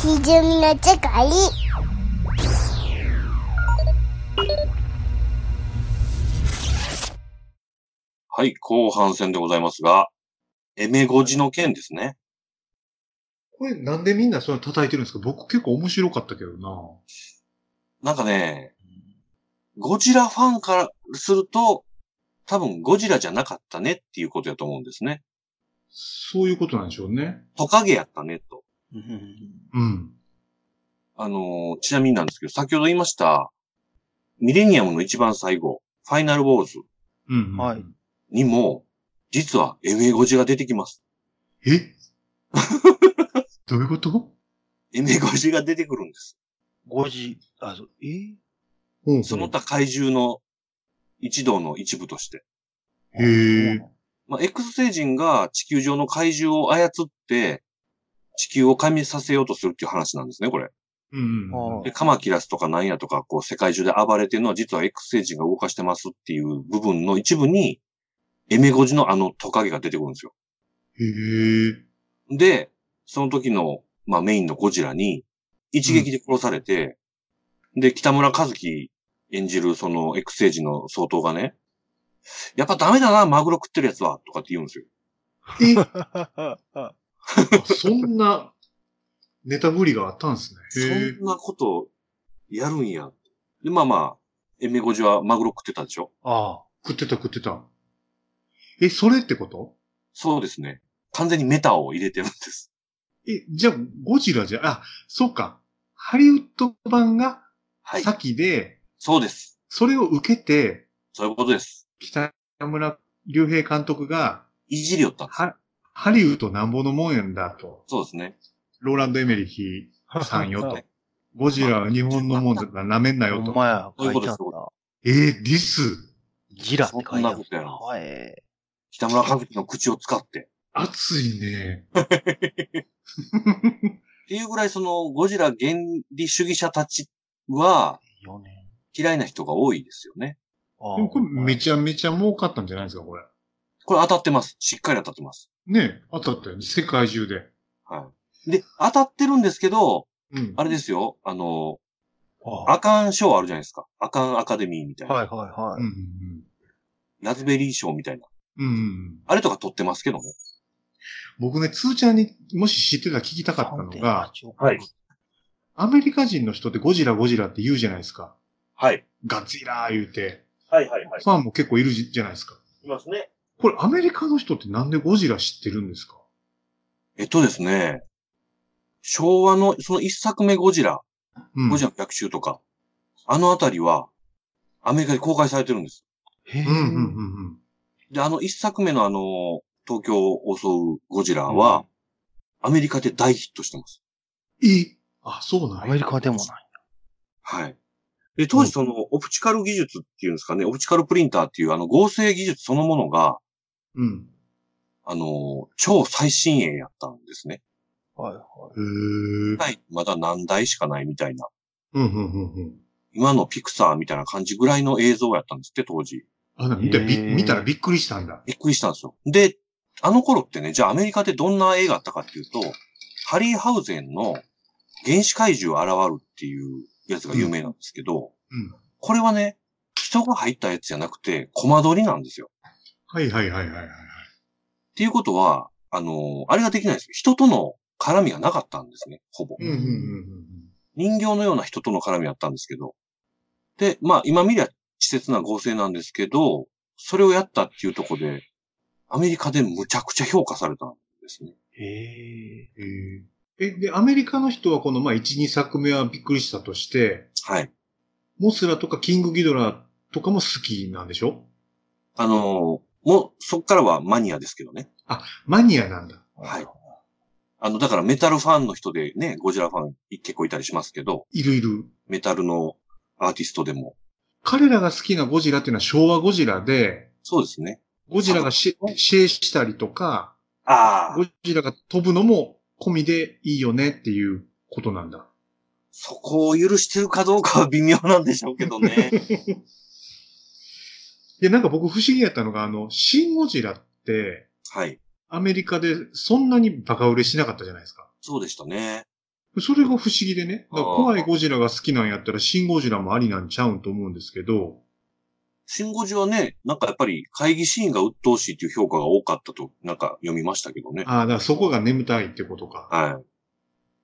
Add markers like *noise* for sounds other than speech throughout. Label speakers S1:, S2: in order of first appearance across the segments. S1: ひじゅみの世界
S2: はい、後半戦でございますが、エメゴジの件ですね。
S3: これなんでみんなそれ叩いてるんですか僕結構面白かったけどな。
S2: なんかね、ゴジラファンからすると、多分ゴジラじゃなかったねっていうことやと思うんですね。
S3: そういうことなんでしょうね。
S2: トカゲやったねと。
S3: うん。
S2: あのーちなみになんですけど、先ほど言いました、ミレニアムの一番最後、ファイナルウォーズ
S3: うん、うん。
S4: はい。
S2: にも、実はエメゴジが出てきます。
S3: え *laughs* どういうこと
S2: エメゴジが出てくるんです。
S4: 5時、あ、そうえー
S3: うん
S2: その他怪獣の一同の一部として。
S3: へえ。
S2: まあ、X 星人が地球上の怪獣を操って、地球を壊滅させようとするっていう話なんですね、これ。
S3: うんうん。
S4: あ
S2: で、カマキラスとかなんやとか、こう、世界中で暴れてるのは、実は X 星人が動かしてますっていう部分の一部に、エメゴジのあのトカゲが出てくるんですよ。
S3: へえ。
S2: で、その時の、まあ、メインのゴジラに、一撃で殺されて、で、北村和樹演じるその X 星人の総統がね、やっぱダメだな、マグロ食ってるやつは、とかって言うんですよ。
S3: え
S4: あ。
S3: あそんなネタぶりがあったんですね。
S2: そ
S3: へえ
S2: ん。なことやるんや。で、まあまあ、エメゴジはマグロ食ってたでしょ
S3: ああ。食ってた食ってた。え、それってこと
S2: そうですね。完全にメタを入れてるんです。
S3: え、じゃあ、ゴジラじゃ、あ、そうか。ハリウッド版が
S2: *laughs* はい。
S3: 先で、
S2: そうです。
S3: それを受けて、
S2: そういうことです。
S3: 北村隆平監督が、
S2: いじりよったんです。
S3: は、ハリウッドなんぼのもんやんだと。
S2: そうですね。
S3: ローランド・エメリヒさんよと
S2: *laughs* は。
S3: ゴジラは日本のもんだから舐めんな
S4: ほ
S3: よ
S4: ん
S3: と。
S4: まや、
S2: そうい
S4: 書
S2: う
S4: い
S2: ことで
S4: てあ
S2: すそういう
S4: った。
S3: えー、ディス。
S4: ギラって書いてあ
S2: そんなこと
S4: た。
S2: やろ
S4: はい。
S2: 北村和樹の口を使って。
S3: 熱いね。
S2: っていうぐらいそのゴジラ原理主義者たちは
S4: 4年。
S2: 嫌いな人が多いですよね。
S4: あ
S3: でもこれめちゃめちゃ儲かったんじゃないですか、これ。
S2: これ当たってます。しっかり当たってます。
S3: ねえ、当たったよね。世界中で。
S2: はい。で、当たってるんですけど、
S3: うん。
S2: あれですよ。あの、
S4: あ
S2: アカン賞あるじゃないですか。アカンアカデミーみたいな。
S4: はいはいは
S3: う
S4: い。
S3: ん
S2: ラズベリー賞みたいな。
S3: うんうん。うんうん。
S2: あれとか撮ってますけどね。
S3: 僕ね、つーちゃんにもし知ってたら聞きたかったのが、
S4: 3.8億、
S2: はい
S3: アメリカ人の人ってゴジラゴジラって言うじゃないですか。
S2: はい。
S3: ガッツイラー言うて。
S2: はいはいはい。
S3: ファンも結構いるじじゃないですか。
S2: いますね。
S3: これアメリカの人ってなんでゴジラ知ってるんですか
S2: えっとですね、昭和のその一作目ゴジラ、
S3: うん。
S2: ゴジラの逆襲とか、あのあたりは、アメリカで公開されてるんです。
S4: へ
S3: うんうんう
S4: ぇ
S3: ん
S2: で、あの一作目のあの、東京を襲うゴジラは、アメリカで大ヒットしてます。
S3: うん。えあ、そうな
S4: ア
S3: んや
S4: メリカでもない。
S2: はい。で、当時その、オプチカル技術っていうんですかね、オプチカルプリンターっていうあの合成技術そのものが、
S3: うん。
S2: あの、超最新鋭やったんですね。
S4: はいはい。
S3: へー
S2: はい。まだ何台しかないみたいな。
S3: うんうんうんうん。
S2: 今のピクサーみたいな感じぐらいの映像やったんですって、当時。
S3: あ、なんか見た
S4: へー
S3: び見たらびっくりしたんだ。
S2: びっくりしたんですよ。で、あの頃ってね、じゃあアメリカでどんな映画あったかっていうと、ハリー・ハウゼンの原始怪獣現るっていうやつが有名なんですけど、
S3: うんうん
S2: これはね、人が入ったやつじゃなくて、コマ撮りなんですよ。
S3: はいはいはいはいはい。
S2: っていうことは、あのーあれができないんですよ。人との絡みがなかったんですね、ほぼ。
S3: うんうんうんうん
S2: 人形のような人との絡みだったんですけど。で、まあ今見りゃ稚拙な合成なんですけど、それをやったっていうところで、アメリカでむちゃくちゃ評価されたんですね。
S4: へ
S3: うん。へーえ、で、アメリカの人はこの、まあ、1、2作目はびっくりしたとして、
S2: はい。
S3: モスラとかキングギドラとかも好きなんでしょ
S2: あのーもう、そっからはマニアですけどね。
S3: マニアなんだ。
S4: ぇ
S2: はい。あの、だからメタルファンの人でね、ゴジラファン結構いたりしますけど、
S3: いるいる。
S2: メタルのアーティストでも。
S3: 彼らが好きなゴジラっていうのは昭和ゴジラで、
S2: そうですね。
S3: ゴジラがしシェイしたりとか、
S2: ああ
S3: ゴ、ジラが飛ぶのも込みでいいよねっていうことなんだ。
S2: そこを許してるかどうかは微妙なんでしょうけどね。
S3: で、なんか僕不思議やったのが、あの、シンゴジラって、
S2: はい。
S3: アメリカでそんなにバカ売れしなかったじゃないですか。
S2: そうでしたね。
S3: それが不思議でね。だ
S2: あ
S3: から
S2: ー
S3: 怖いゴジラが好きなんやったら、新ゴジラもありなんちゃうんと思うんですけど、
S2: シンゴジはね、なんかやっぱり会議シーンが鬱陶しいっていう評価が多かったと、なんか読みましたけどね。
S3: ああ、だからそこが眠たいってことか。
S2: はい。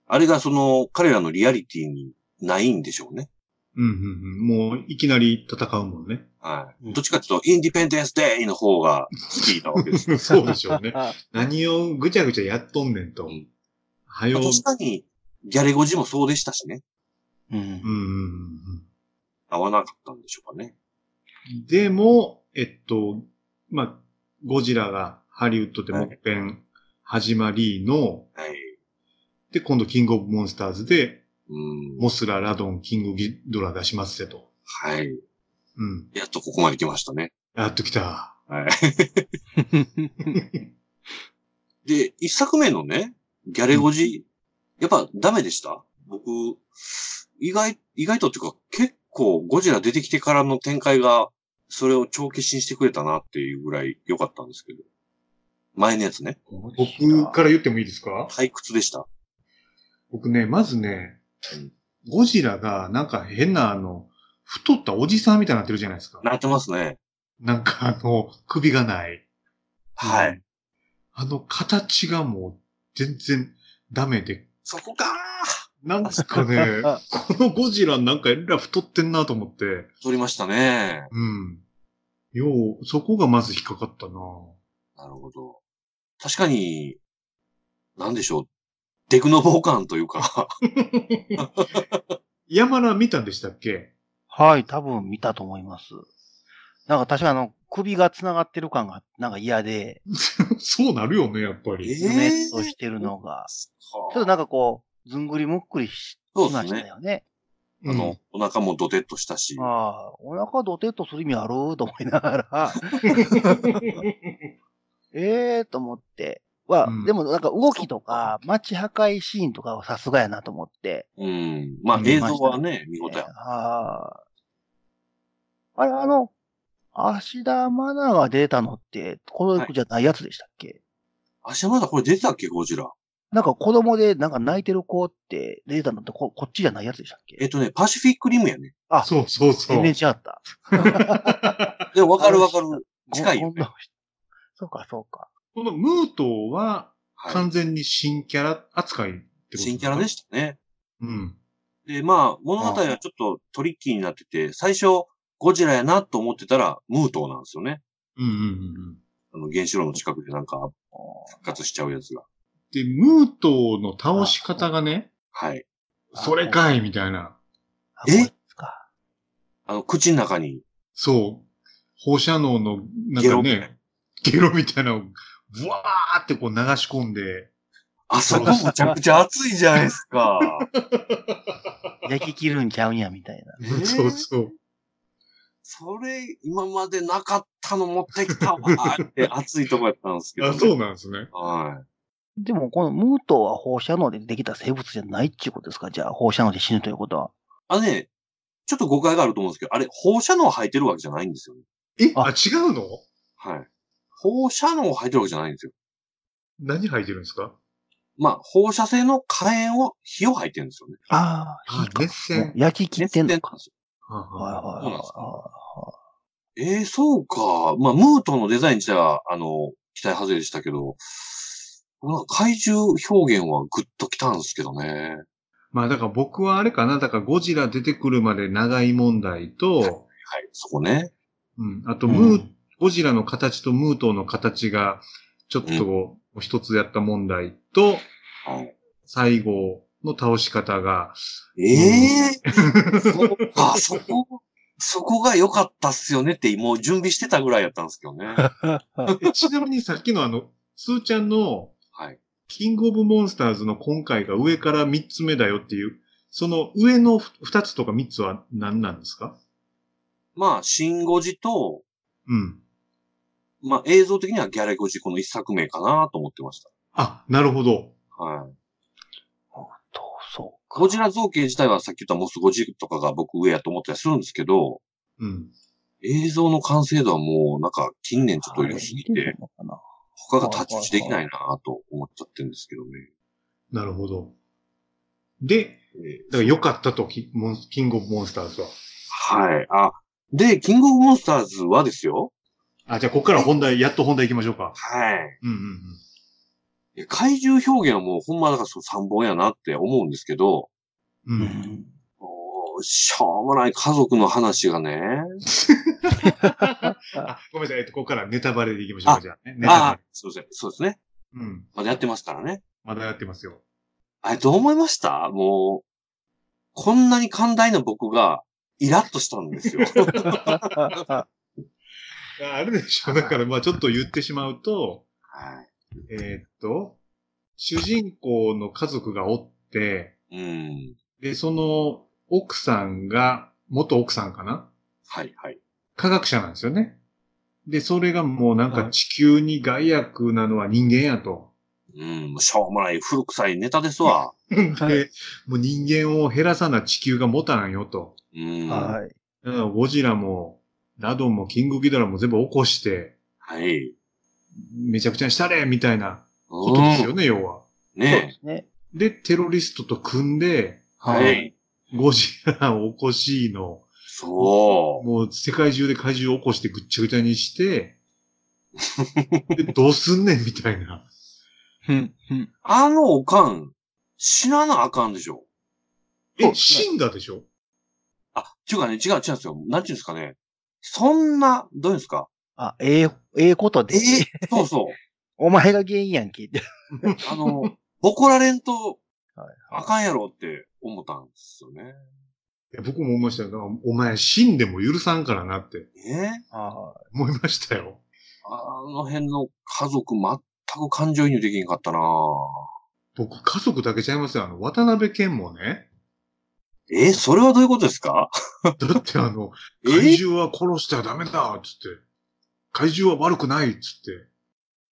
S2: あれがその、彼らのリアリティにないんでしょうね。
S3: うんうんうん。もういきなり戦うもんね。 *laughs*
S2: はい。どっちかっていうと、インディペンデンスデイの方が好きなわけです。 *laughs*
S3: そうでしょうね。
S4: あ
S3: 何をぐちゃぐちゃやっとんねんと
S2: うん。
S3: はよ
S2: まあ。確かに、ギャレゴジもそうでしたしね。
S4: うん
S3: うんうんうん
S2: 合わなかったんでしょうかね。
S3: うん。でも、えっと、まあ、ゴジラがハリウッドでもっぺん始まりの、
S2: はい。
S3: で、今度キングオブモンスターズで、
S2: うん。
S3: モスラ、ラドン、キングギドラ出しますぜと。
S2: はい。
S3: うん。
S2: やっとここまで来ましたね。
S3: やっと
S2: *laughs*
S3: 来た。
S2: はい。
S4: うん
S2: で、一作目のね、ギャレゴジ、やっぱダメでした僕、意外、意外とっていうか、結構ゴジラ出てきてからの展開が、それを帳消しにしてくれたなっていうぐらい良かったんですけど。前のやつね、
S3: 僕から言ってもいいですか
S2: 退屈でした。
S3: 僕ね、まずね
S2: うん、
S3: ゴジラがなんか変なあの、太ったおじさんみたいになってるじゃないですか。
S2: 泣いてますね。
S3: なんかあの、首がない。
S2: はい。
S3: あの、形がもう全然ダメで、
S2: そこかー
S3: なんか
S2: *laughs*
S3: ね、このゴジラなんかえらい太ってんなと思って、
S2: 撮りましたね。
S3: うん。よう、そこがまず引っかかったな
S2: なるほど。確かに、なんでしょう。デクノボー感というか、
S3: 山田見たんでしたっけ *laughs*
S4: はい、多分見たと思います。なんか確かあの、首が繋がってる感がなんか嫌で、
S3: そうなるよね、やっぱ
S2: え
S3: り。
S2: ー
S4: ぬめっとしてるのが、ちょっとなんかこう、ずんぐりむっくりし
S2: そう
S4: し
S2: で
S4: ますした
S2: ね。
S4: よね。
S2: あの、お腹もドテッとしたし。
S4: ああ、お腹ドテッとする意味あると思いながら、ええと思って。は、
S3: うん
S4: でもなんか動きとか、街破壊シーンとかはさすがやなと思って。
S2: うん。まあ
S3: 見
S2: 映
S4: ま
S2: 像
S4: したね
S2: はね、見応えある。
S4: ああ。あれ、あの、芦田愛菜が出たのって、この子じゃないやつでしたっけ、
S2: あ、しまだこれ出てたっけ、ゴジラ。
S4: なんか子供でなんか泣いてる子って出てたのってここっちじゃないやつでしたっけ
S2: えっとね、パシフィックリムやね。
S3: *laughs*
S4: あ、
S3: そうそうそう
S4: 全。
S3: *laughs*
S4: 然違った。
S2: で、わかるわか
S4: あ
S2: る。近いよ
S4: こん
S2: ね。
S4: なそうか、そうか。
S3: このムートーは
S2: はい。
S3: 完全に新キャラ扱いってこと
S2: 新キャラで
S3: し
S2: したね。
S3: た。うん。
S2: で、まあ、物語はちょっとトリッキーになってて、最初、ゴジラやなと思ってたら、ムートーなんですよね。
S3: うんうんうんうん。
S2: あの、原子炉の近くでなんか復活しちゃうやつが。
S3: で、ムートーの倒し方がね、
S2: はい。
S4: あ
S3: それかいみたいな。
S4: あ
S2: え
S4: こいつか
S2: あの、口の中に、
S3: そう。放射能の、なん
S2: ゲロ
S3: か
S2: みたいな
S3: ね、ゲロみたいなのを、ブワーってこう流し込んで、
S2: あそこむちゃくちゃ熱いじゃないですか。
S4: 焼き切るんちゃうんや、みたいな。
S2: えー
S3: そうそう。
S2: それ、今までなかったの持ってきたわーって熱いとこやったんですけど、
S3: あそうなんですね。
S2: は
S4: でも、このムートは放射能でできた生物じゃないっていうことですかじゃあ、放射能で死ぬということは。
S2: い。あのね、ちょっと誤解があると思うんですけど、あれ、放射能を吐いてるわけじゃないんですよね。
S3: えあ
S4: あ
S3: 違うの
S2: はい。放射能を吐いてるわけじゃないんですよ。
S3: 何吐いてるんですか
S2: まあ、放射性の火炎を、火を吐いてるんですよね。
S4: ああ、
S3: あ
S4: 火、か。
S3: 熱線。
S4: 焼き切ってんのか。
S2: 熱
S3: はあ
S4: はい
S3: はあ
S4: は
S2: そう
S4: いはい
S2: なんです伝なんですよえ
S4: は
S2: ー、そうか。まあ、ムートのデザイン自体は、あの、期待外れでしたけど、なんか怪獣表現はグッときたんですけどね。
S3: まあだから僕はあれかな、だからゴジラ出てくるまで長い問題と、
S2: はい、そこね。
S3: うん、あと
S4: うん
S3: ムー、ゴジラの形とムートーの形が、ちょっとこう一つやった問題と、
S2: はい。
S3: 最後の倒し方が、
S2: ええそうか、そこ、そこが良かったっすよねって、もう準備してたぐらいやったんですけど *laughs* ね。
S4: いはい。
S3: えちなみにさっきのあの、スーちゃんの、
S2: はい。
S3: キングオブモンスターズの今回が上から3つ目だよっていう、その上の2つとか3つは何なんですか
S2: まあ、シンゴジと、
S3: うん。
S2: まあ、映像的にはギャラゴジこの一作目かなと思ってまし
S3: あ、なるほど。
S2: た。はい。
S4: とそうか。
S2: ゴジラ造形自体はさっき言ったモスゴジとかが僕上やと思ったりするんですけど、
S3: うん。
S2: 映像の完成度はもうなんか近年ちょっと良すぎ
S4: あれ見
S2: て、
S4: るのかな
S2: 他が太刀打ちできないなと思っちゃってるんですけどね。
S3: なるほど。で、
S2: え
S3: だから良かったと、キモンキングオブモンスターズは。
S2: ーはい。あ、で、キングオブモンスターズはですよ。
S3: あ、じゃあここから本題、やっと本題行きましょうか。
S2: はい。
S3: うんうんうん。
S2: いや怪獣表現はもうほんまだからその3本やなって思うんですけど、
S3: う。
S1: うんん。
S2: もうしょうもない家族の話がね。
S3: あ、ごめんなさい。えっと、ここからネタバレで行きましょうか、じゃあね。ネタ
S2: あ
S3: バ
S2: あ
S3: レ。、
S2: すいません。そうですね。
S3: うん。
S2: まだやってますからね。
S3: まだやってますよ。
S2: あれ、どう思いましたもう、こんなに寛大な僕が、イラッとしたんですよ。
S3: ああるでしょ。だから、まあちょっと言ってしまうと、
S2: は
S3: えーっと、主人公の家族がおって、
S2: い。うん。
S3: で、その奥さんが、元奥さんかな
S2: はい、はい。
S3: 科学者なんですよね。で、それがもうなんか地球に害悪なのは人間や
S2: *laughs*
S3: と。
S2: うん、しょうもない古臭いネタですわ。
S3: で、もう人間を減らさな地球が持たんよと。
S2: うん。は
S4: はい。
S3: だからゴジラも、ラドンもキングギドラも全部起こして、
S2: い。
S3: めちゃくちゃにしたれみたいなこ
S2: う
S3: とですよ
S2: ん。
S3: ね、要は。
S4: そうで
S2: ね
S4: すね。
S3: で、テロリストと組んで、
S2: は。い。
S3: ゴジラを起こしの、
S2: そ
S3: もう世界中で怪獣を起こしてぐっちゃぐちゃ
S2: *laughs*
S3: にして、でどうすんねんみたいな。
S1: うん。うん。
S2: う。あのおかん、死ななあかんでしょ。
S4: そう
S3: え、死んだでしょ
S2: あ、違うかね、違う、違うんですよ。なんていうんですかね。そんな、どういうんですか
S4: あ、ええ、ええことで。
S2: そうそう。
S4: お前が原因やんけ。
S2: あの、 *laughs* ボコられんと
S4: はい、
S2: あかんやろって思ったんですよね。
S3: いや僕も思いましたよ。だからお前死んでも許さんからなって
S2: ね
S4: あ
S3: 思いましたよ。
S2: あの辺の家族全く感情移入できんかったな
S3: 僕、家族だけちゃいますよ。あの、渡辺謙も
S2: *laughs*
S3: ね。
S2: え、それはどういうことですか
S3: だってあの、怪
S2: え
S3: 獣は殺してはダメだっつって。怪獣は悪くないっつって。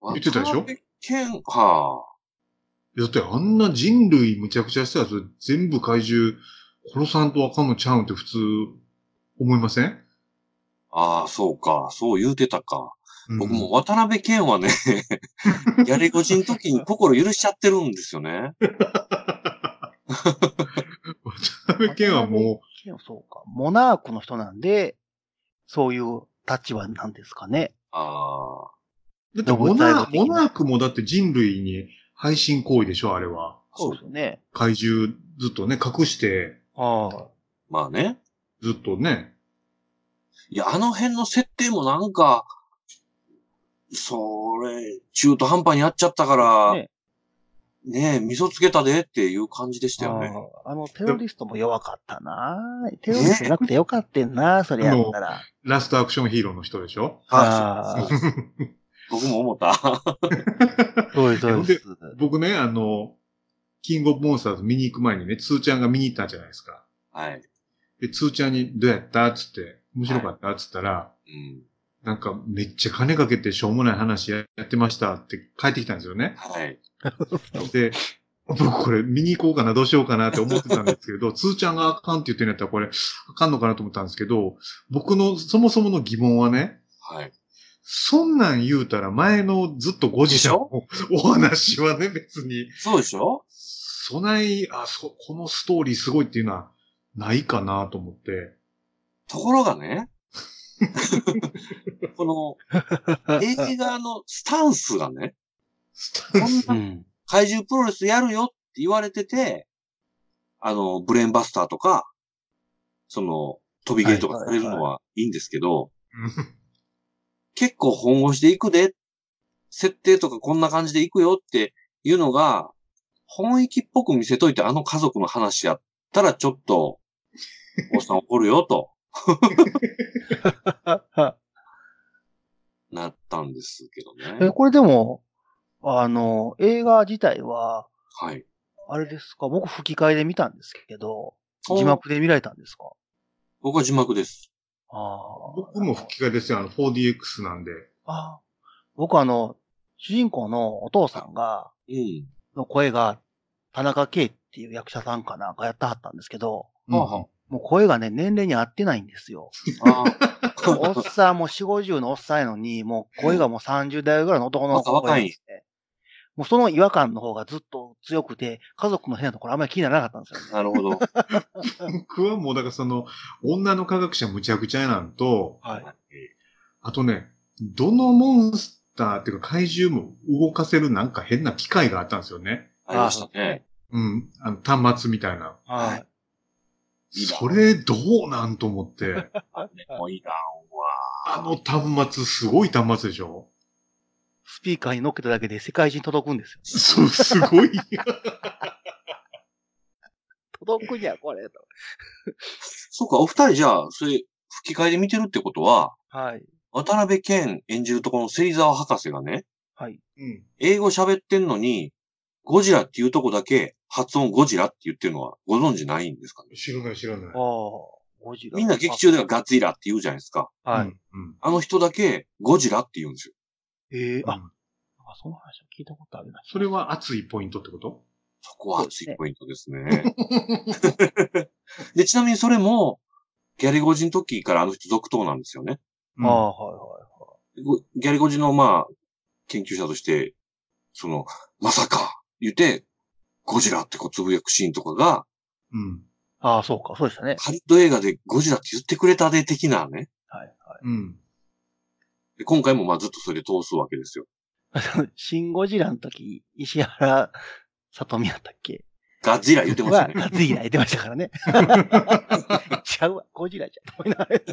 S3: 言ってたでし
S2: 渡
S3: ょ
S2: 辺謙は
S3: だってあんな人類むちゃくちゃしたら、それ全部怪獣殺さんとあかんのちゃうんって普通思いません、
S2: ああ、そうか。そう言うてたか。
S3: うん、
S2: 僕も。渡辺謙は
S3: *laughs*
S2: ね、やりごちん時に心許しちゃってるんですよね。
S3: 渡辺謙はも
S4: あ、そうか。モナークの人なんで、そういう立場なんですかね。
S2: ああ、
S3: う、だってモナ
S4: 独裁
S3: ー
S4: 的な
S3: モナークもだって人類に配信行為でしょ、あれは。
S4: そうですよね。
S3: 怪獣ずっとね、隠して、
S4: ああ。
S2: まあね。
S3: ずっとね。
S2: いや、あの辺の設定もなんか、それ、中途半端にやっちゃったから、ね
S4: ね
S2: え、味噌つけたでっていう感じでしたよね。
S4: ああの、テロリストも弱かったな。テロリストなくてよかってんな、それやったら。
S3: ラストアクションヒーローの人でしょ
S4: あ
S2: はいそ
S4: あ
S2: うです *laughs* 僕も思った。 *laughs*
S4: そうです、そうです。
S3: 僕ね、あの、キングオブモンスターズ見に行く前にね、つーちゃんが見に行ったじゃないですか。
S2: はい。
S3: で、つーちゃんにどうやったつって、面白かったつったら、
S2: うん。
S3: なんかめっちゃ金かけてしょうもない話やってましたって帰ってきたんですよね。
S2: はい。
S3: で、僕これ見に行こうかな、どうしようかなって思ってたんですけど、つーちゃんがあかんって言ってんやったらこれ、あかんのかなと思ったんですけど、僕のそもそもの疑問はね、
S2: はい。
S3: そんなん言うたら前のずっとご時
S2: でし
S3: 社の
S2: ょ
S3: お話はね、別に
S2: そうでしょ
S3: そない、あ、そ、このストーリーすごいっていうのは、ないかなと思って。
S2: ところがね、 *laughs* この映画のスタンスがね、
S3: ス
S2: こ
S3: タンス
S2: んな怪獣プロレスやるよって言われてて、あの、ブレーンバスターとか、その、飛び蹴りとかされるのはいいんですけど、結構本腰でいくで、設定とかこんな感じでいくよっていうのが、本域っぽく見せといてあの家族の話やったらちょっと、おっさん怒るよとなったんですけど
S4: え、
S2: ね。
S4: これでも、あの、映画自体は、
S2: はい。
S4: あれですか、僕吹き替えで見たんですけど、字幕で見られたんですか
S2: 僕は字幕です。
S4: あ
S3: *laughs* 僕も吹き替えですよ。あの、4DX なんで。
S4: あああ。僕あの、主人公のお父さんが、 *laughs*
S2: うん。
S4: の声が、田中圭っていう役者さんかなんかやってはったんですけど、
S2: はあは
S4: もう声がね、年齢に合ってないんですよ。
S2: あ
S4: おっさん、もう4、50のおっさんやのに、もう声がもう30代ぐらいの男の
S2: 若
S4: 子
S2: 若い
S4: ですね。もうその違和感の方がずっと強くて、家族の変なところあんまり気にならなかったんですよ
S2: *laughs*
S4: ね。
S2: なるほど。
S3: 僕はもうだからその、女の科学者むちゃくちゃなんと、
S4: はい。
S3: あとね、どのモンスターっていうか怪獣も動かせるなんか変な機械があったんですよね。
S2: ありましたね。
S3: うん。あの、端末みたいな。
S4: はい。
S2: いいな
S3: それどうなんと思って。
S2: ねもういいな、
S3: あの端末、すごい端末でしょ
S4: スピーカーに乗っけただけで世界中に届くんですよ。
S3: *laughs* そう、すごい。
S4: 届くじゃん、これ。
S2: そうか、お二人じゃあ、それ、吹き替えで見てるってことは、
S4: はい。
S2: 渡辺謙演じるとこの芹沢博士がね、
S4: はい。
S3: うん。
S2: 英語喋ってんのに、ゴジラっていうとこだけ発音ゴジラって言ってるのはご存知ないんですかね
S3: 知らない、知らない
S4: ああ、。ゴジラ。
S2: みんな劇中ではガジラって言うじゃないですか。
S4: は
S3: うん。
S4: い。
S3: うん
S2: あの人だけゴジラって言うんですよ。
S4: ええ
S3: う
S4: あ、
S3: ん
S4: あその話は聞いたことあるな。
S3: それは熱いポイントってこと
S2: そこは熱いポイントですね。 *laughs* で、ちなみにそれも、ギャリゴジの時からあの人続投なんですよね。
S4: ああ、はいはい。
S2: ごギャリゴジの、まあ、研究者として、その、まさか、言って、ゴジラってこうつぶやくシーンとかが、
S3: うん。うん。
S4: ああ、そうか、そうでしたね。
S2: ハリウッド映画でゴジラって言ってくれたで的なね。
S4: はい
S3: *laughs* うん。
S2: で今回もまあずっとそれで通すわけですよ。
S4: はい。シン・ゴジラの時、石原さとみやったっけ
S2: ガジラ言ってました
S3: *laughs*
S4: は、
S2: ね。
S4: ガツイラ言ってましたからね。ちゃうわ、ゴジラじゃん。ごめんなさい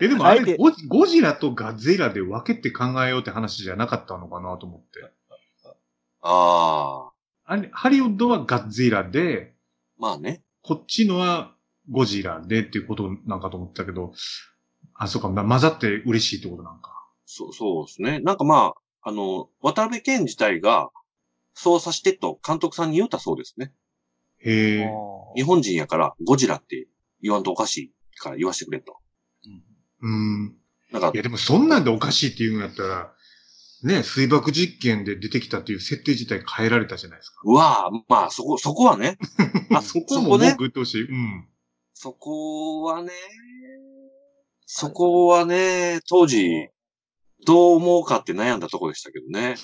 S3: え、でもあ
S4: あえ
S3: れ
S4: て
S3: ゴジ、ゴジラとガゼラで分けて考えようって話じゃなかったのかなと思って。
S2: ああ、
S3: あれ、ハリウッドはガゼラで、
S2: まあね。
S3: こっちのはゴジラでっていうことなんかと思ったけど、あ、そうか、ま混ざって嬉しいってことなんか。
S2: そう、そうですね。なんかまあ、あの、渡辺謙自体が、そうさしてと監督さんに言うたそうですね。
S3: へえ。
S4: あ
S2: 日本人やからゴジラって言わんとおかしいから言わしてくれと。
S3: うん。
S2: なんか
S3: いや、でもそんなんでおかしいって言うんやったら、ね、水爆実験で出てきたっていう設定自体変えられたじゃないですか。
S2: うわあ、まあそこ、そこは
S3: *laughs*
S2: ね。あ、
S3: そ
S2: そ
S3: こ
S2: こ
S3: も文
S2: ね
S3: 句。言ってほしい。
S2: *laughs*
S3: うん。
S2: そこはね、そこはね、当時、どう思うかって悩んだとこでしたけどね。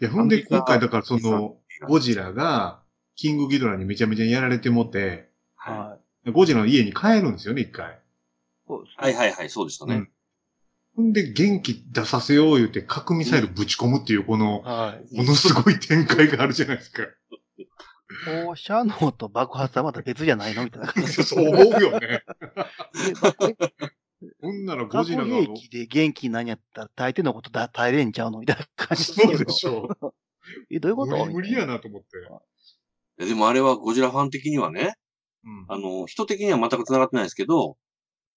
S3: いや、ほんで今回だからそ
S2: アメリカ
S3: の、 *laughs* ゴジラが、キングギドラにめちゃめちゃやられてもて、
S4: あ。
S2: は
S4: はい。
S3: ゴジラの家に帰るんですよね、一回。
S4: そうです
S2: い。はいはいはい、そうでしたね。
S3: うんほんで、元気出させよう言うて、核ミサイルぶち込むっていう、この、
S4: はい。
S3: ものすごい展開があるじゃないですか。
S4: 放射能と爆発はまた別じゃないのみたいな感じで。
S3: そう思うよね。
S4: *laughs* で
S3: ほんならゴ
S4: 核
S3: ジラが、
S4: 兵器で元気なんやったら大抵のことだ耐えれんちゃうのみたいな感じ
S3: そうでしょ
S4: え、どういう
S3: う。
S4: こ
S3: 無
S4: と
S3: 理無理やなと思って。
S2: いやでもあれはゴジラファン的にはね、
S3: うん
S2: あの、人的には全く繋がってないですけど、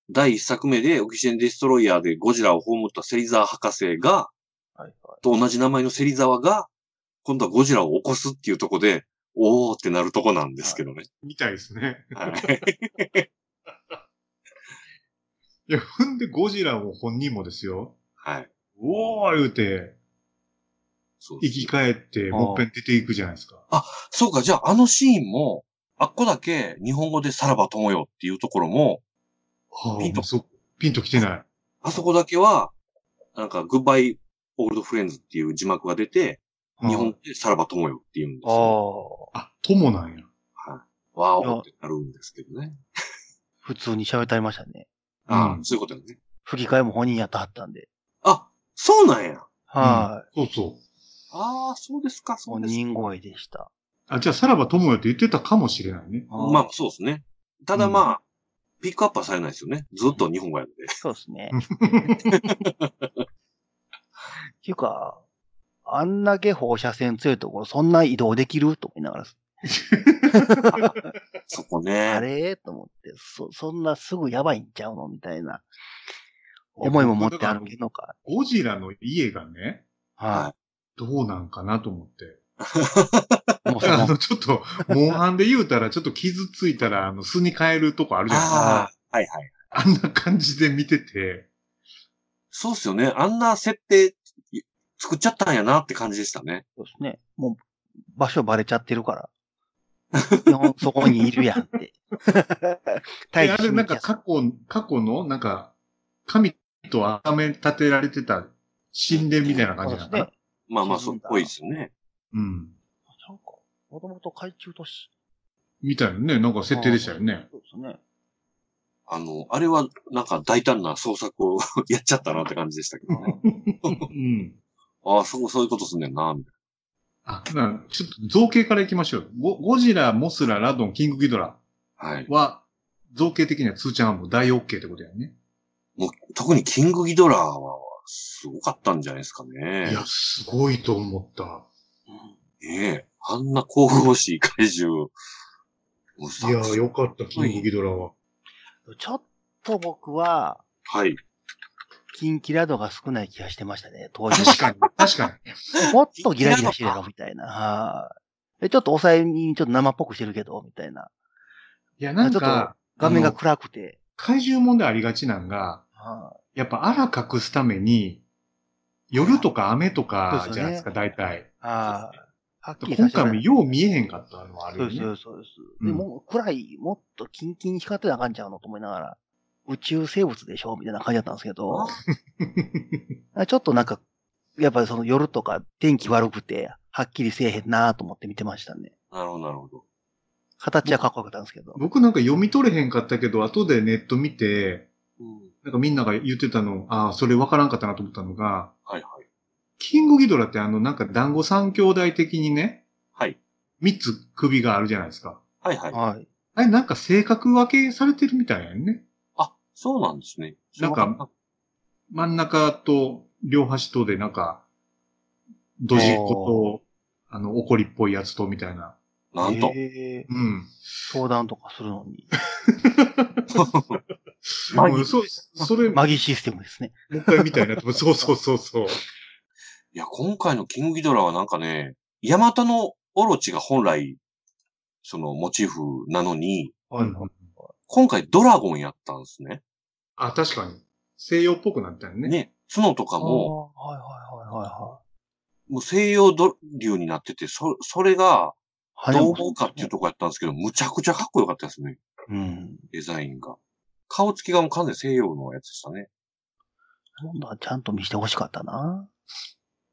S2: 第一作目でオキシエンデストロイヤーでゴジラを葬った芹沢博士が、
S4: はいはい。
S2: と同じ名前の芹沢が、今度はゴジラを起こすっていうとこで、おーってなるとこなんですけどね。
S3: みたいですね。
S2: はい。
S3: いや、ほんでゴジラも本人もですよ。
S2: はい。
S3: おー言うて、
S2: そうで
S3: 生
S2: す
S3: き返って、もっぺん出ていくじゃないですか。
S2: そうか、じゃああのシーンも、あっこだけ日本語でさらば友よっていうところも、
S3: はあ
S2: ピンと
S3: そピンと来てない。
S2: あそこだけは、なんか、グッバイオールドフレンズっていう字幕が出て、日本語でさらば友よって言うんです
S4: あ
S2: よ。
S4: あ。
S3: あ、友なんや。
S2: わーおってなるんですけどね。
S4: 普通に喋ってありましたね。
S2: ああ
S3: う、ん
S2: そういうことよね。
S4: 吹き替えも本人やったはったんで。
S2: あ、そうなんや。
S4: は
S3: そうそう。
S2: ああ、そうですか、
S4: い。
S2: そう
S4: 本
S2: です
S4: 人声でした。
S3: あ、じゃあ、さらば友よって言ってたかもしれないね。
S2: か。まあ
S4: あ、、
S2: そうですね。ただまあ、ピックアップはされないですよね。ずっと日本語やので。
S4: そうです *laughs* ね。っていうか、あんだけ放射線強いところ、そんな移動できると思いながら、
S2: そこ
S4: あ
S2: ね。
S4: れと思って、そ、そんなすぐやばいんちゃうのみたいな、思いも持って歩けるのか。
S3: ゴジラの家がね、
S4: は
S3: どうなんかなと思って。
S4: い。もうそ
S3: あ
S4: の、
S3: の、ちょっと、モンハンで言うたら、ちょっと傷ついたら、あの、巣に帰るとこあるじゃないですか。
S2: ああ、はいはい。
S3: あんな感じで見てて、
S2: そうっすよね。あんな設定い作っちゃったんやなって感じでしたね。
S4: そうですね。もう、場所バレちゃってるから。日本そこにいるやん
S3: *laughs*
S4: *laughs* って。
S3: で
S4: 大
S3: あれなんか過去、過去の、なんか、神と崇め立てられてた神殿みたいな感じなの
S4: そうです
S3: か
S4: ね
S3: な。。
S2: まあまあ、そうっぽいですね。
S3: うん。
S4: なんか、もともと海中都市。
S3: みたいなね、なんか設定でしたよね。
S4: そうですね。
S2: あの、あれは、なんか大胆な創作を *laughs* やっちゃったなって感じでしたけど、
S3: うん。
S2: ああ、そう、そういうことすんねんな、みたい
S3: あ、なちょっと造形からいきましょう。ゴゴジラ、モスラ、ラドン、キングギドラ
S2: な。はい。
S3: は、造形的にはツーちゃんはもう大 OK ってことやね。
S2: もう、特にキングギドラは、すごかったんじゃないですかね。
S3: いや、すごいと思った。
S2: ねえ。あんな神々しい怪獣。もうさ
S3: いやー、よかった、キングギドラは。
S4: ちょっと僕は、
S2: はい。
S4: キンキラ度が少ない気がしてましたね。当時。
S3: 確か
S4: *laughs*
S3: に、確かに。
S4: もっとギラギラしてるやろ、みたいな。はい。でちょっと抑えにちょっと生っぽくしてるけど、みたいな。
S3: いや、なん
S4: ちょっ
S3: か、
S4: 画面
S3: あ
S4: が
S3: の
S4: 暗くて。
S3: 怪獣問題ありがちなんが、
S4: は
S3: やっぱ荒隠すために、夜とか雨とか
S4: そう
S3: じゃ
S4: です
S3: な
S4: よ
S3: い
S4: ね
S3: ですか、大体。
S4: い。はい。はっきり
S3: 今
S4: させ
S3: 回
S4: ら
S3: も
S4: れない
S3: よう見えへんかったのはある
S4: そ
S3: よ
S4: うです、そう
S3: ね
S4: で。すそうです。
S3: うん
S4: でも、暗い、もっとキンキンに光ってなあかんちゃうのと思いながら、宇宙生物でしょみたいな感じだったんですけど、ちょっとなんか、やっぱりその夜とか天気悪くて、はっきりせえへんなと思って見てましたね。
S2: なるほど、なるほど。
S4: 形はかっこよかったんですけど。
S3: *laughs* 僕なんか読み取れへんかったけど、後でネット見て、
S2: うん。
S3: なんかみんなが言ってたの、ああ、それ分からんかったなと思ったのが、
S2: はい、はい。
S3: キングギドラってあの、なんか団子三兄弟的にね、
S2: はい。
S3: 三つ首があるじゃないですか。
S2: はい、はい。
S4: はい。
S3: あれなんか性格分けされてるみたいやんね。
S2: あ、そうなんですね。
S3: なんか、真ん中と両端とでなんか、ドジっ子と、あの、怒りっぽいやつとみたいな。
S2: なんと。
S4: へえ
S3: うん。
S4: 相談とかするのに。 *laughs*
S2: マギ
S3: うんそう、それ、もう
S4: マギシステムですね。
S3: 一回見たいな
S2: *laughs*
S3: と思って。そうそうそうそう。
S2: *laughs* いや、今回のキングギドラはなんかね、ヤマタのオロチが本来、そのモチーフなのに、
S3: はい
S2: 今回ドラゴンやったんですね。
S3: あ、確かに。西洋っぽくなったよね。
S2: ね。角とか
S4: あー
S2: も、
S4: はいはいはいは
S2: もう西洋ド流になってて、そ、それが、
S4: いはい。
S2: どう思うかっていうとこやったんですけど、むちゃくちゃかっこよかったですね。
S4: うん。
S2: デザインが。顔つきがもう完全に西洋のやつでしたね。
S4: 今度はちゃんと見せてほしかったな。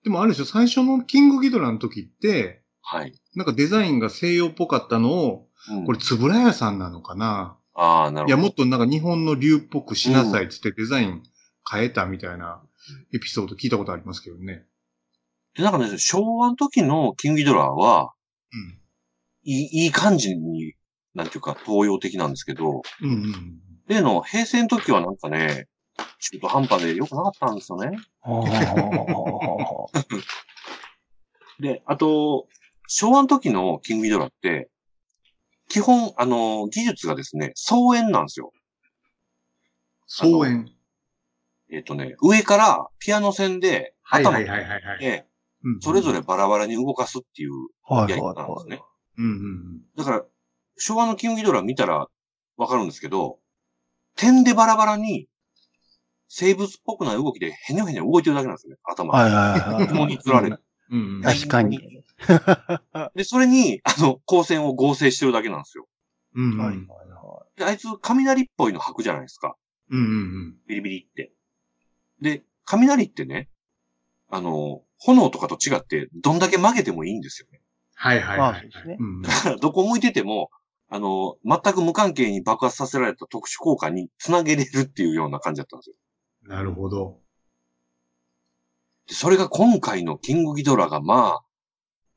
S3: でもあるでしょ、最初のキングギドラの時って、
S2: はい。
S3: なんかデザインが西洋っぽかったのを、
S2: うん
S3: これ、つぶらやさんなのかな、
S2: ああ、なるほど。
S3: いや、もっとなんか日本の竜っぽくしなさいっつってデザイン変えたみたいなエピソード聞いたことありますけどね。
S2: で、なんかね、昭和の時のキングギドラは、
S3: うん。
S2: いい、いい感じに、なんていうか、東洋的なんですけど、
S3: うんうんうん。
S2: 例の平成の時はなんかね、中途半端で良くなかったんですよね。
S4: *laughs*
S2: で、あと、昭和の時のキングギドラって、基本、あの、技術がですね、総円なんですよ。
S3: 草園。
S2: えっ、とね、上からピアノ線で、
S3: はいは
S2: 頭
S3: いはいはいはい。
S2: で、
S3: うん
S2: それぞれバラバラに動かすっていう
S4: はい
S2: や
S4: はい
S2: り方なんで
S4: は
S2: す
S4: い。
S2: ね。
S3: うんうんうん。
S2: だから、昭和のキングギドラ見たらわかるんですけど、点でバラバラに、生物っぽくない動きでへにょへにょ動いてるだけなんですよね、頭が。
S4: はいはい
S2: 雲
S4: は
S2: に
S4: い。
S2: 釣られる。
S3: うんうん。
S4: 確かに。
S2: で、それに、あの、光線を合成してるだけなんですよ。
S3: うんうん。
S4: はいはい
S2: で、あいつ、雷っぽいの吐くじゃないですか。
S3: うんうん
S2: ビリビリって。で、雷ってね、あの、炎とかと違って、どんだけ曲げてもいいんですよね。
S3: はいはい
S4: まあ
S3: は
S4: そ
S3: いう
S4: ですね。
S3: うん
S2: だから、 *laughs* どこ向いてても、あの、全く無関係に爆発させられた特殊効果に繋げれるっていうような感じだったんですよ。
S3: なるほど。
S2: でそれが今回のキングギドラが、ま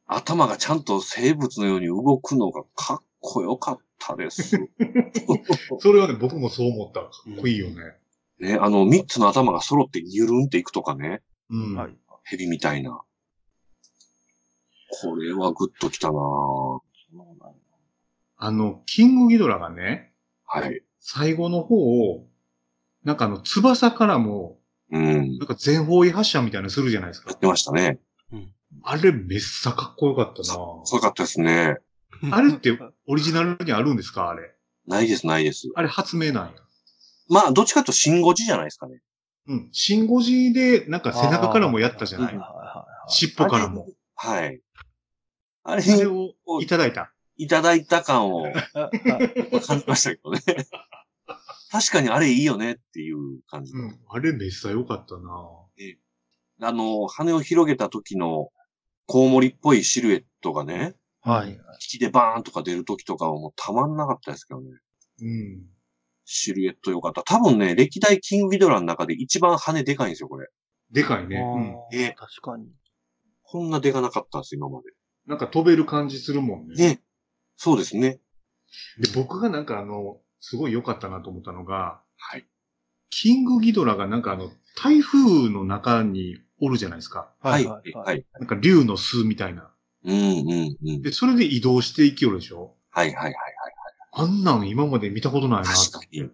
S2: あ、頭がちゃんと生物のように動くのがかっこよかったです。
S3: それはね、僕もそう思った。かっこいいよね。
S2: ね、あの、三つの頭が揃ってニュルンっていくとかね、
S3: うん。
S4: はい
S2: 蛇みたいな。これはグッときたなぁ
S3: あの、キングギドラがね、
S2: はい。
S3: 最後の方を、なんかあの、翼からも、
S2: うん。
S3: なんか全方位発射みたいなのするじゃないです
S2: や
S3: か
S2: っ。てましたね。
S3: あれめっさかっこよかった
S2: すごかったですね。
S3: なあれってオリジナルにあるんですかあれ。
S2: ないです、ないです。
S3: あれ発明なんや。
S2: まあ、どっちかというとシンゴジじゃないですかね。
S3: うん。シンゴジで、なんか背中からもやったじゃな
S4: はい
S3: い
S4: はい
S3: 尻尾からも。
S2: はい。あれ
S3: あれ
S2: に
S3: をいただいた。
S2: いただいた感 *laughs* を
S4: はいはい。
S2: 感じましたけ *laughs* どね。確かにあれいいよねっていう感じ
S3: う。ん。あれめっさよかったな
S2: ええあの、羽を広げた時のコウモリっぽいシルエットがね、
S4: はい。
S2: 引きでバーンとか出る時とかはもうたまんなかったですけどね。
S3: うん。
S2: シルエット良かった。多分ね、歴代キングビドラの中で一番羽でかいんですよ、これ。
S3: でかいね。うん
S4: あ
S2: うんえ
S4: ー確かに。
S2: こんなでかなかったんです、今ま
S3: なんか飛べる感じするもんね。
S2: で。ね。そうですね。
S3: で、僕がなんかあの、すごい良かったなと思ったのが、
S2: はい。
S3: キングギドラがなんかあの、台風の中におるじゃないですか。
S2: はい。は。
S4: はいい。
S2: はい。
S3: なんか竜の巣みたいな。
S2: うん、うん、うん。
S3: で、それで移動していきよるでしょ
S2: はい、はい、はい、
S3: あんなん今まで見たことない
S2: はい。
S3: な。
S2: 確かに
S3: うん。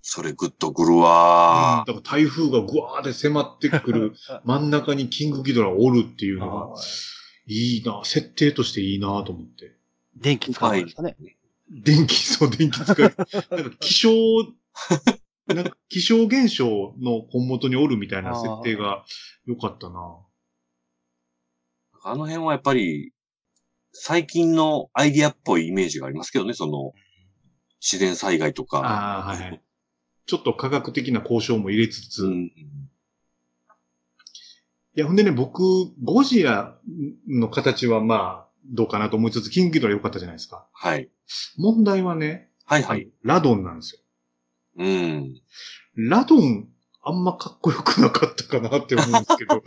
S2: それグッとくるわ
S3: だから台風がぐわーって迫って
S2: *laughs*
S3: くる真ん中にキングギドラおるっていうのが、
S4: はい
S3: いいな、設定としていいなと思って。
S4: 電気使うんですかね。
S3: 電気、そう、電気使
S2: *laughs*
S3: い。なんか気象、なんか気象現象の根元におるみたいな設定が良かったな。
S2: ー。あの辺はやっぱり、最近のアイディアっぽいイメージがありますけどね、その、自然災害とか。
S3: ああ、はいはい。ちょっと科学的な交渉も入れつつ。
S2: う
S3: い
S2: ん。
S3: や、ほんでね、僕、ゴジラの形はまあ、どうかなと思いつつ、キングギドラ良かったじゃないですか。
S2: はい。
S3: 問題はね、
S2: はい、はい。
S3: ラドンなんですよ。
S2: うん。
S3: ラドン、あんまかっこよくなかったかなって思うんです
S2: *laughs*
S3: けど。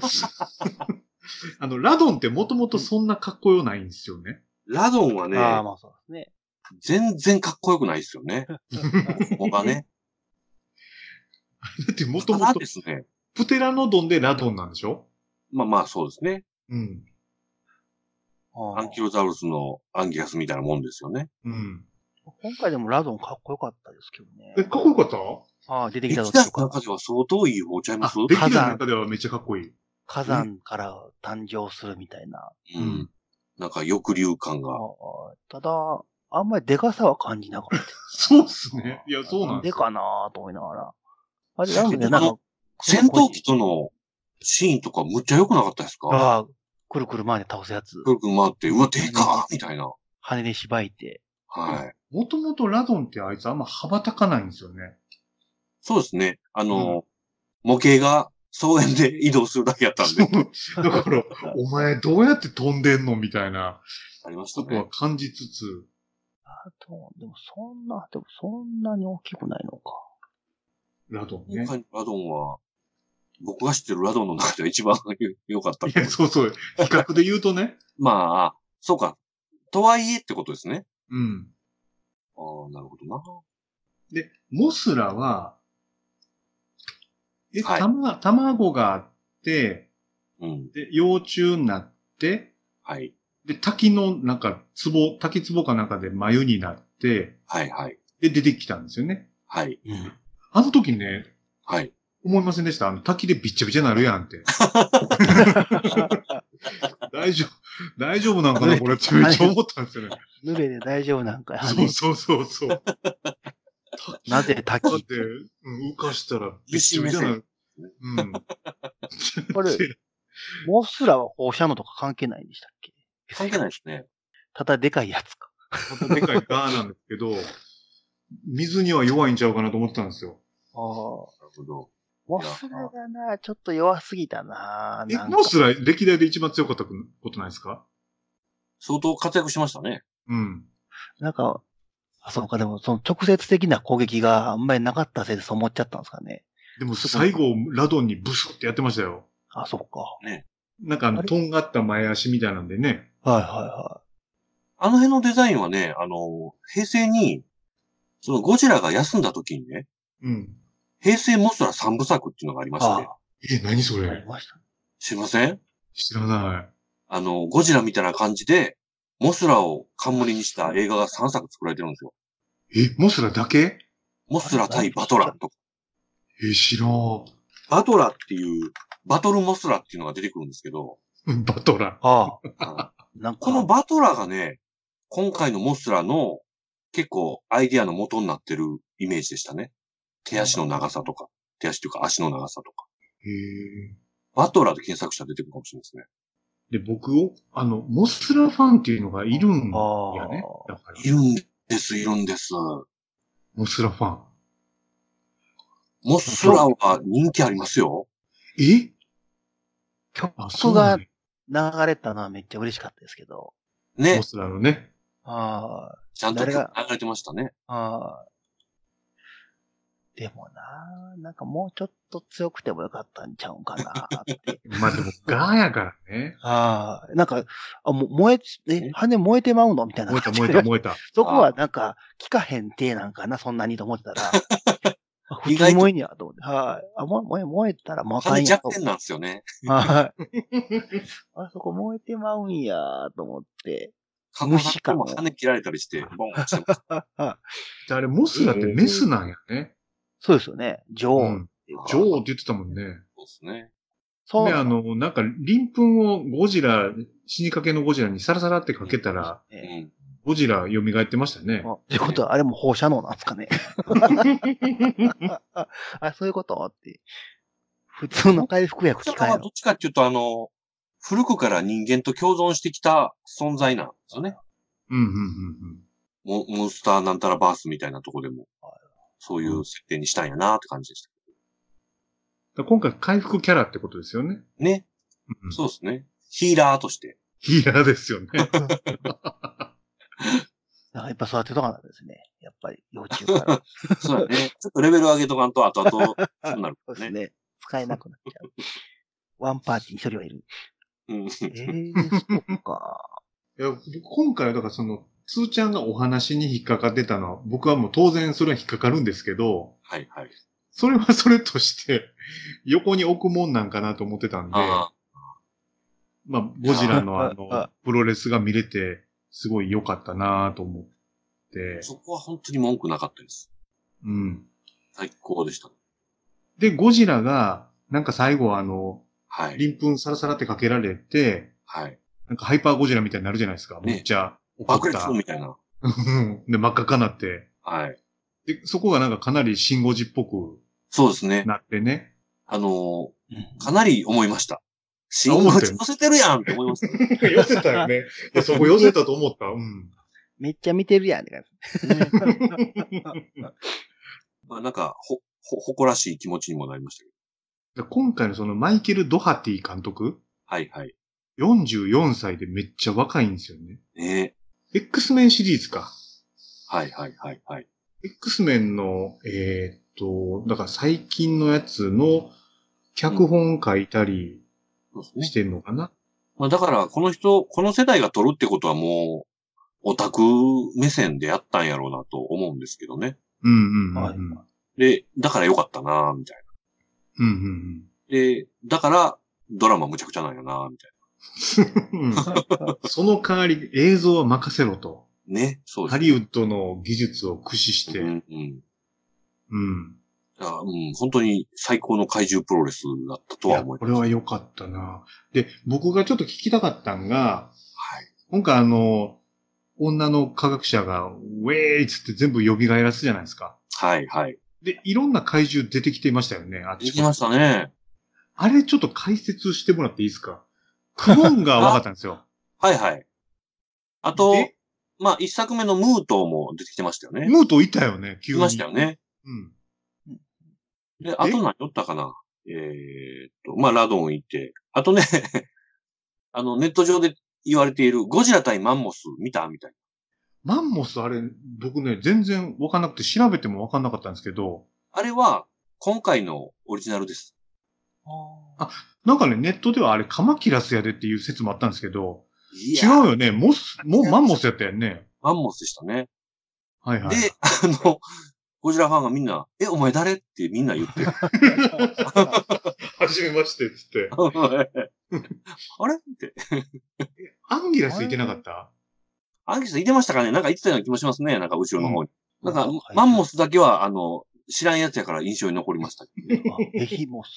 S3: あの、ラドンってもともとそんなかっこよないんですよね。
S2: ラドンはね、
S4: ああ、まあそうですね。
S2: 全然かっこよくないですよね。ここがね。
S3: だってもとも
S2: ただ
S3: と
S2: で、すね。
S3: プテラノドンでラドンなんでしょ
S2: まあまあそうですね。
S3: うん。
S4: あ
S2: ア
S4: ー
S2: ンキロザウルスのアンギアスみたいなもんですよね。
S3: うん。
S4: 今回でもラドンかっこよかったですけど
S3: え、
S4: ね。
S3: かっこよかった
S4: ああ、出てき
S2: 歴
S4: た時
S2: 代
S4: と
S2: の
S4: か、
S2: 中では相当いい方ちゃいます
S3: あ、でき
S4: 火
S3: る
S4: 山
S3: 中ではめっちゃかっこいい。
S4: 火山から誕生するみたいな。
S2: う
S3: うんん。
S2: なんか抑留感
S4: あ
S2: が。
S4: ーただ、あんまりでかさは感じなかった。
S3: そうっすね。いや、そうなん
S4: で
S3: です
S4: か
S3: よ。
S4: なぁと思いながら。あれ、なんでね
S2: あ
S4: な
S2: の
S4: んか、
S2: 戦闘機とのシーンとかむっちゃ良くなかったですか
S4: ああ、くるくる前で倒すやつ、
S2: くるくる回って、うわ、でかーみたいな。
S4: 羽で縛いて。
S2: はい。
S3: もともとラドンってあいつあんま羽ばたかないんですよね。
S2: そうですね。あの、模型が草原で移動するだけやったん
S3: *laughs*
S2: で。
S3: だから、お前どうやって飛んでんのみたいな
S2: ありまし
S3: こ
S2: た
S3: とは
S2: ね。
S3: 感じつつ、
S4: あと、でもそんな、でもそんなに大きくないのか。
S3: ラドン
S2: 今
S3: ね。
S2: 回のラドンは、僕が知ってるラドンの中では一番良かった
S3: い
S2: と
S3: や、
S2: 思う。
S3: *laughs* そうそう。比較で言うとね。
S2: まあ、そうか。とはいえってことですね。
S3: うん。
S2: ああ、なるほどな。
S3: で、モスラは、え、
S2: はい
S3: たま、卵があって、
S2: うん。
S3: で、幼虫になって、
S2: はい。
S3: で、滝のなんか、壺、滝壺かなんかで眉になって、
S2: はい、はい。
S3: で、出てきたんですよね。
S2: はい。
S4: うん。
S3: あの時ね、
S2: はい。
S3: 思いませんでしたあの、滝でびっちゃびちゃになるやんって。 *laughs* 大丈夫、大丈夫なんかなこれってめっちゃ思ったんですよね。
S4: 濡れで大丈夫なんかやね
S3: そうそうそうそう。だっ
S4: なぜ滝
S3: て、うん浮かしたらびっちゃびちゃになる。うん。*laughs*
S4: これ、モスラは放射能とか関係ないんでしたっけ
S2: 関係ないですね。
S4: ただでかいやつか。
S3: 本当でかいガーなんですけど、水には弱いんちゃうかなと思ってたんですよ。
S4: ああ。モ
S2: なるほど。
S4: スラがな、ちょっと弱すぎたなぁ。
S3: え
S4: な、んか
S3: モスラ歴代で一番強かったことないですか
S2: 相当活躍しましたね。
S3: うん。
S4: なんか、あ、そうか、でも、その直接的な攻撃があんまりなかったせいでそう思っちゃったんですかね。
S3: でも最後、ラドンにブスってやってましたよ。
S4: あ、そうか。
S3: なんかあ
S4: あ
S3: の、
S4: れ
S3: とんがった前足みたいなんでね。
S4: はいはいは
S2: あの辺のデザインはね、あの、平成に、そのゴジラが休んだ時にね、
S3: うん。
S2: 平成モスラ三部作っていうのがありま
S4: い。
S2: し
S4: あ
S2: て、
S3: え、何そ
S4: あ、あり
S3: れ
S4: ましたね。
S2: すいません
S3: 知らな
S2: あの、ゴジラみたいな感じで、モスラを冠にした映画が3作作られてるんですよ。
S3: い。え、モスラだけ
S2: モスラ対バトラとか、
S3: え、知らん。
S2: バトラっていう、バトルモスラっていうのが出てくるんですけ *laughs* ど、
S3: バトラ。
S4: あ
S2: あ
S4: あ、
S2: の
S4: なんか、
S2: このバトラーがね、今回のモスラの結構アイディアの元になってるイメージでしたね。手足の長さとか、手足というか足の長さとか。
S3: へえ。
S2: バトラーで検索したら出てくるかもしれないですね。
S3: で、僕を、あの、モスラファンっていうのがいるんやね。
S4: あ
S3: だから
S2: い、るんです、いるんです。
S3: モスラファン。
S2: モスラは人気ありますよ。
S3: えあ、そう
S4: 曲
S3: な
S4: が
S3: んや
S4: 流れたのはめっちゃ嬉しかったですけど。
S2: ね
S3: オ。スラのね。
S4: ああ、
S2: ちゃんと
S4: 誰
S2: 曲
S4: が
S2: 流れてましたね。
S4: ああ。でもな、なんかもうちょっと強くてもよかったんちゃうんかな
S3: *laughs*
S4: って。
S3: まあでも、ガーやからね。
S4: ああ、なんか、あ、もう燃え、
S2: え
S4: え、羽燃えてまうのみたいな
S3: 燃えた
S4: 感じ
S3: 燃えた燃えた。
S4: そこはなんか、聞かへんてなんかな、そんなにと思ってたら。あ普
S2: 意
S4: 通
S2: 外
S4: に
S2: と
S4: 燃えにやと思って。はい。あ、燃え、燃え、燃えたらもうあかん
S2: 羽
S4: や
S2: 弱
S4: と思っ
S2: 点なんですよね。
S4: て。はい。あそこ燃えてまうんやと思って。虫か
S2: も羽切られたりして、ボン落ちてます
S4: はい
S3: であれ、モスラってメスなんやね。
S4: そうですよね。女王。
S3: うん。女王って言ってたもんね。
S2: そうですね。
S4: そう
S3: ね、あの、なんか、鱗粉をゴジラ、死にかけのゴジラにサラサラってかけたら、
S4: で
S2: う
S4: すね。
S2: ん。
S3: ゴジラ蘇ってましたね。
S4: あってことは、あれも放射能なんですかね。 *laughs* あ、そういうことって。普通の回復薬
S2: 人 *laughs*
S4: 機
S2: 間
S4: 械
S2: は
S4: の
S2: どっ。ちかっていうと、あの、古くから人間と共存してきた存在なんですよね。
S3: うん、うん、うん
S2: モモンスターなんたらバースみたいなとこでも、そういう設定にしたんやなって感じでした。
S3: うん。だから今回、回復キャラってことですよね。
S2: ね。
S3: うん
S2: そうですね。ヒーラーとして。
S3: ヒーラーで
S2: *laughs*
S3: すよね。
S4: やっぱ育てとかなんですね。やっぱり、幼虫から。
S2: そうやね。ちょっとレベル上げとかんと、後々、そうなる
S4: そ
S2: から
S4: うです
S2: ね。
S4: ね。使えなくなっちゃう。ワンパーティーに一人はいる。
S2: うん。
S4: ええー、そうか。
S3: いや今回はだからその、つーちゃんがお話に引っかかってたのは、僕はもう当然それは引っかかるんですけど、
S2: はいはい。
S3: それはそれとして、横に置くもんなんかなと思ってたんで、
S2: あ
S3: まあ、ゴジ
S2: *laughs*
S3: ラのあ
S4: あ
S3: の
S4: あ、
S3: プロレスが見れて、すごい良かったなと思って
S2: あ、、そこは本当に文句なかったです。
S3: うん。
S2: 最高でした。
S3: で、ゴジラが、なんか最後あの、
S2: はい。
S3: 鱗粉サラサラってかけられて、
S2: はい。
S3: なんかハイパーゴジラみたいになるじゃないですか。
S2: ね
S3: めっちゃ怒
S2: 爆
S3: っ
S2: 裂
S3: た。
S2: みたいな。
S3: うんで、真っ赤っかなって。
S2: はい。
S3: で、そこがなんかかなりシンゴジっぽく
S2: そうですね。
S3: なってね。
S2: あのー
S4: うん
S2: かなり思いました。信号
S3: 思ったよ
S2: 口乗せてるやんって思いました。ね
S3: 寄せたよね。いや、 *laughs* そこ寄せたと思った。うん。 *laughs*
S4: めっちゃ見てるやんって感
S2: *laughs*
S4: じ。*laughs*
S2: まあなんか、ほ、ほ、誇らしい気持ちにもなりましたけど。
S3: で今回のそのマイケル・ドハティ監督、
S2: はいはい。
S3: 44歳でめっちゃ若いんですよね。
S2: ね
S3: X メンシリーズか。
S2: はいはいはいはい。
S3: X メンの、えーっと、だから最近のやつの脚本書いたり
S2: そうですね
S3: し。てんのかな。
S2: まあだから、この人、この世代が撮るってことはもう、オタク目線でやったんやろうなと思うんですけどね。
S3: うんうんうんうん。
S4: は
S3: う
S4: い
S3: んうん
S2: で、だからよかったなみたい
S3: うん
S2: な。で、だから、ドラマむちゃくちゃなんやなみたい
S3: うん。 *laughs* その代わり映像は任せろと。
S2: な。ね。そう
S3: ハ
S2: です
S3: リウッドの技術を駆使して。
S2: う
S3: うん。
S2: ん、うん。あうん、本当に最高の怪獣プロレスだったと
S3: い
S2: は
S3: や、
S2: 思い
S3: こ
S2: ます。
S3: れは良かったな。で、僕がちょっと聞きたかったんが、
S2: はい。
S3: 今回あの、女の科学者が、ウェーイっつって全部蘇らすじゃないですか。
S2: はいはい。
S3: で、いろんな怪獣出てきていましたよね、あっ
S2: で
S3: ち
S2: き
S3: こ
S2: ま
S3: っ
S2: し
S3: ち。
S2: たね。
S3: あれちょっと解説してもらっていいですかクローンが分かったんです
S2: *laughs*
S3: よ。
S2: はいはい。あと、
S3: で
S2: まあ、一作目のムートーも出てきてましたよね。
S3: ムートいたよね、急
S2: 来
S3: に。
S2: ましたよね。
S3: うん。
S2: で、あと何寄ったかなえーっと、まあ、ラドン行って。あとね、 *laughs* あの、ネット上で言われているゴジラ対マンモス見たみたい
S3: マンモスあれ、僕ね、全然分かんなくて調べても分かんなかったんですけど、
S2: な。あれは、今回のオリジナルです。
S4: あ
S3: なんかね、ネットではあれ、カマキラスやでっていう説もあったんですけど、
S2: い
S3: 違うよね。モス、もうマンモスやったよね。
S2: マンモスでしたね。
S3: はいはい。
S2: で、あの、ゴジラファンがみんな、え、お前誰ってみんな言ってる。 *laughs*
S3: はじめましてっつって。
S2: あれって。
S3: アンギラスいてなかった
S2: アンキさんいてましたかねなんか言ってたような気もしますね。なんか後ろの方に。
S4: うん
S2: なん
S4: はい
S2: か、マンモスだけは、あの、知らんやつやから印象に残りましたけどね。
S4: ベヒモス。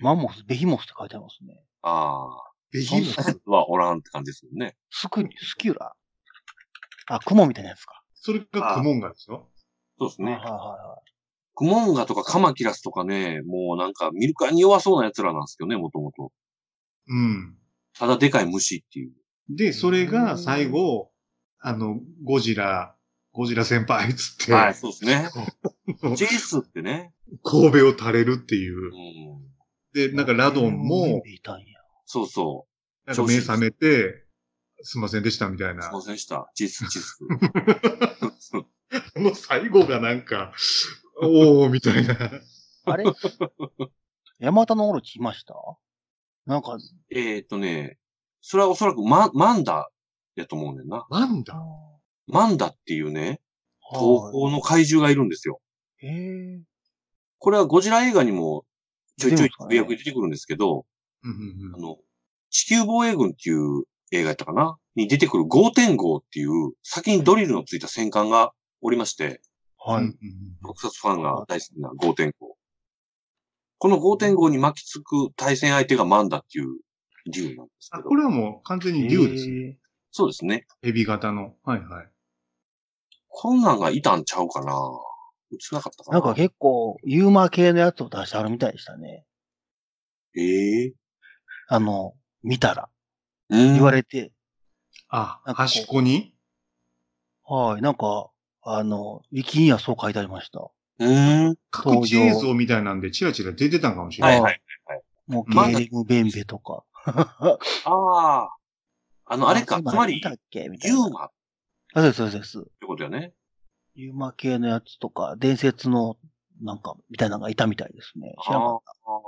S4: マンモス、ベヒモスって書いてありますね。
S2: ああ。
S3: ベ
S2: そん
S3: ギ
S2: な
S3: ン
S2: やつはおらんって感じですもんね。
S4: スク、スキュラあ、雲みたいなやつか。
S3: それがクモンガですよ。
S2: そうです
S4: はい
S2: ね
S4: は。いは
S2: クモンガとかカマキラスとかね、もうなんか見るからに弱そうな奴らなんですけどね、もともと。
S3: うん。
S2: ただでかい虫っていう。
S3: で、それが最後、あの、ゴジラ、ゴジラ先輩っつって、
S2: そうですね。チェイスってね。
S3: 神戸を垂れるっていうう。
S2: ん。
S3: で、なんかラドンも、
S4: いたんや。
S2: そうそ。
S3: なんか目覚めて、すいませんでしたみたいうな
S2: すい。ませんでした。チスチス。
S3: この最後がなんか、おー、みたい
S4: *laughs*
S3: な。
S4: あれ山田のオロチいましたなんか、
S2: *laughs* えーっとね、それはおそらくママンダやと思うねんな。
S3: なん
S4: あー
S3: だ
S2: マンダっていうね、東方の怪獣がいるんですよ。
S4: へえ。
S2: これはゴジラ映画にもちょいちょい
S4: 出ますかね
S2: 悪役出てくるんですけど、
S3: うんうん
S2: あ
S3: うん
S2: の、地球防衛軍っていう映画やったかなに出てくる5.5っていう先にドリルのついた戦艦がおりまして、
S4: は
S3: うんう
S4: い
S3: ん。うん
S2: 特撮ファンが大好きな5.5。この5.5に巻きつく対戦相手がマンダっていう竜なんですけ
S3: あ、
S2: ど
S3: こ。れはもう完全に竜ですね。
S4: ね。
S2: そうですね。
S3: ヘビ型の。はいはい。
S2: こんなんがいたんちゃうかな映らなかったかな
S4: な
S2: ん
S4: か結構、ユーマー系のやつを出してあるみたいでしたね。
S2: ええ
S4: あの、見たら、
S2: うん
S4: 言われて、
S3: あ
S4: なん、かこう
S3: 端っこに
S4: はい、なんか、あの、ウィキにはそう書いてありました。
S2: うん。
S3: 各地映像みたいなんでチラチラ出てたんかもしれ
S2: は
S3: ないい。
S2: はい。
S4: もう、ゲ
S2: まだ
S4: ーリングベンベとか。
S2: ああ。あの、あれ
S4: そ
S2: か。
S4: んな
S2: つ
S4: ん
S2: まり
S4: 見、たっけみたい
S2: ユ
S4: な
S2: ーマっ
S4: あそうです、そうですそうです。
S2: てことよね。
S4: ユーマー系のやつとか、伝説の、なんか、みたいなのがいたみたいですね。知らなかった。
S2: あ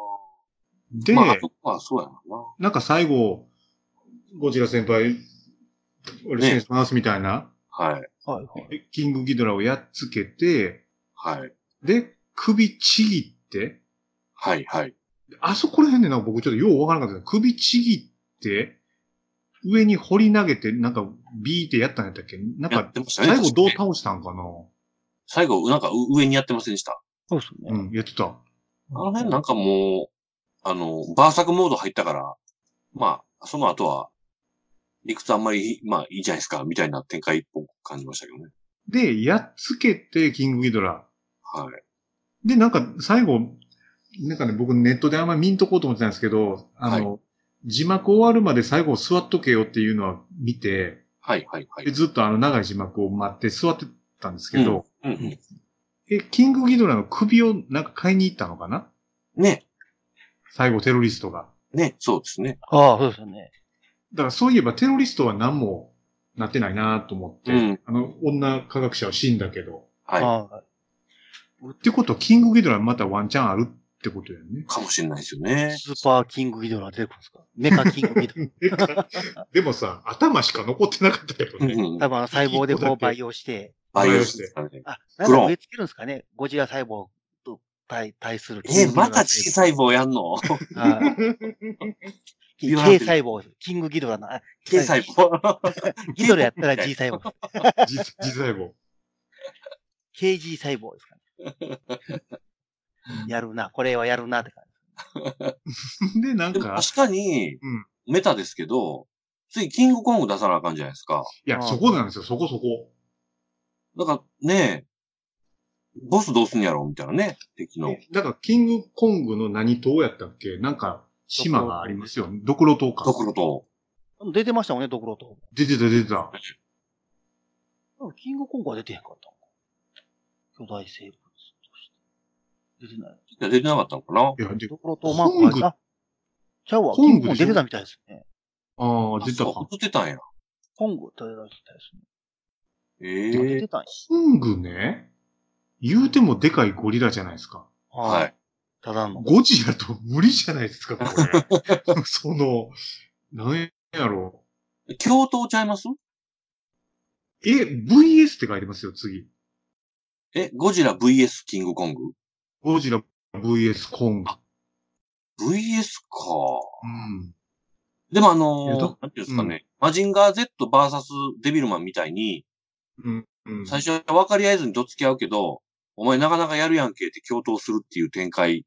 S3: で、
S2: ーまあ、あとはそうやろ
S3: なんか最後、ゴジラ先輩、俺
S2: ね
S3: センス回すみたいな、
S2: な。はい。
S4: はい、はい。
S3: キングギドラをやっつけて、
S2: はい。
S3: で、首ちぎって、
S2: はい、はい。
S3: あそこら辺でなんか僕ちょっとようわからなかったけど首ちぎって、上に掘り投げて、なんかビーってやったんやったっけなん
S2: や
S3: か
S2: っ、てましたね。
S3: 最後どう
S2: 確かに
S3: 倒したんかな
S2: 最後、なんかう上にやってませんでした。
S4: そうです
S3: う
S4: ね。
S3: ん、やってた。
S2: あの辺なんかもう、あの、バーサクモード入ったから、まあ、その後は、理屈あんまり、まあ、いいじゃないですか、みたいな展開っぽく感じましたけどね。
S3: で、やっつけて、キングギドラ。
S2: はい。
S3: で、なんか、最後、なんかね、僕ネットであんまり見んとこうと思ってたんですけど、あの、字幕終わるまで最後座っとけよっていうのは見て、
S2: はい、はい、はい
S3: で。ずっとあの長い字幕を待って座ってたんですけど、
S2: うんうん
S3: え、キングギドラの首をなんか買いに行ったのかな
S2: ね、
S3: 最後テロリストが。
S2: ね、そうですね。
S4: ああ、そうですよね。
S3: だからそういえばテロリストは何もなってないなと思って、
S2: うん
S3: あの、女科学者は死んだけど。
S2: は
S4: はい。
S3: ってことは、キングギドラまたワンチャンあるってことやね *laughs*
S2: い。。かもしれないですよね。
S4: スーパーキングギドラ出てくるんですかメカキングギドラ。
S3: でかでもさ、頭しか残ってなかったけど
S2: うん
S3: ね。
S2: うん
S4: 多分あの細胞でこう培養して、
S2: バイオスですからね。
S4: あ、なん
S2: クロ
S4: か
S2: ーン
S4: 植え付けるんですかねゴジラ細胞と対対する。
S2: え、また T 細胞やんの
S4: はい。K
S2: 言わなくていい
S4: 細胞、キングギドラな。あ
S2: ?T 細。胞。
S4: *laughs* ギドラやったら G 細胞。
S3: *laughs* 実細胞。
S4: KG 細胞ですかね。やるな。これはやるなって感
S3: で、なん
S2: でも
S3: か、
S2: 確かに
S3: うん、
S2: メタですけど、次、キングコング出さなあかんじゃないですか。
S3: いや、そこなんですよ、そこそこ。
S2: だから、ねボスどうすんやろみたいなね、敵の。
S3: だから、キングコングの何島やったっけなんか、島がありますよね。ドクロ島か
S2: ド。クロと。
S4: じ。出てましたもんね、ドクロと。
S3: 出てた、出てた。
S4: キングコングは出てへんかったのか巨大生物として。出てない。
S2: いや出てなかったのかない
S3: や、で、
S4: ドクロとマーク入った
S3: コン
S4: あちゃうわ。
S3: コング
S4: キングコング
S3: でしょ
S4: 出てたみたいですね。
S3: ああ、出た
S2: あ
S3: か
S2: そう。映ってたんや。
S4: コング出てたみたいですね。
S2: え
S4: 出
S2: え
S4: てたんや。
S3: コングね、言うてもでかいゴリラじゃないですか。
S2: は。い。
S4: ただの。
S3: ゴジラと無理じゃないですか、これ。その、なんやろ
S2: 共闘ちゃいます
S3: う。え、VS って書いてますよ、次。
S2: え、ゴジラ VS キングコング
S3: ゴジラ VS コング。
S2: ?VS か。
S3: うん。
S2: でもあ
S3: いや
S2: の
S3: だ
S2: ー、なんていうんですかね、マジンガー Z バーサスデビルマンみたいに、
S3: うん。うん。
S2: 最初は分かり合えずにどっつき合うけど、お前なかなかやるやんけって共闘するっていう展開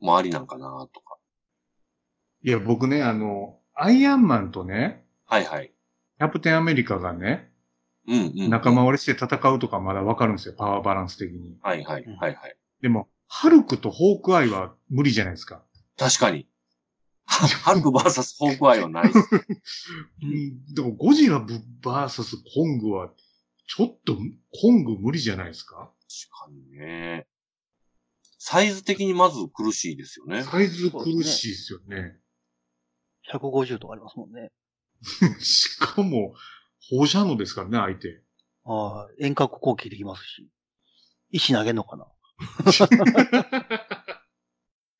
S2: もありなんかなとか。
S3: いや、僕ね、あの、アイアンマンとね、
S2: はいはい。
S3: キャプテンアメリカがね、
S2: うんうん。
S3: 仲間割れして戦うとかまだわかるんですよ、パワーバランス的に。
S2: はいはいはいはい。
S3: でも、ハルクとホークアイは無理じゃないですか。
S2: 確かに。ハハルクバーサスホークアイはないです。
S4: う
S3: でも、ゴジラブバーサスコングは、ちょっと、コング無理じゃないですか
S2: 確かにね。サイズ的にまず苦しいですよね。
S3: サイズ苦しいですよね。
S4: 150とかありますもんね。
S3: *laughs* しかも、放射能ですからね、相 *laughs* 手。
S4: ああ、遠隔攻撃できますし。石投げんのかな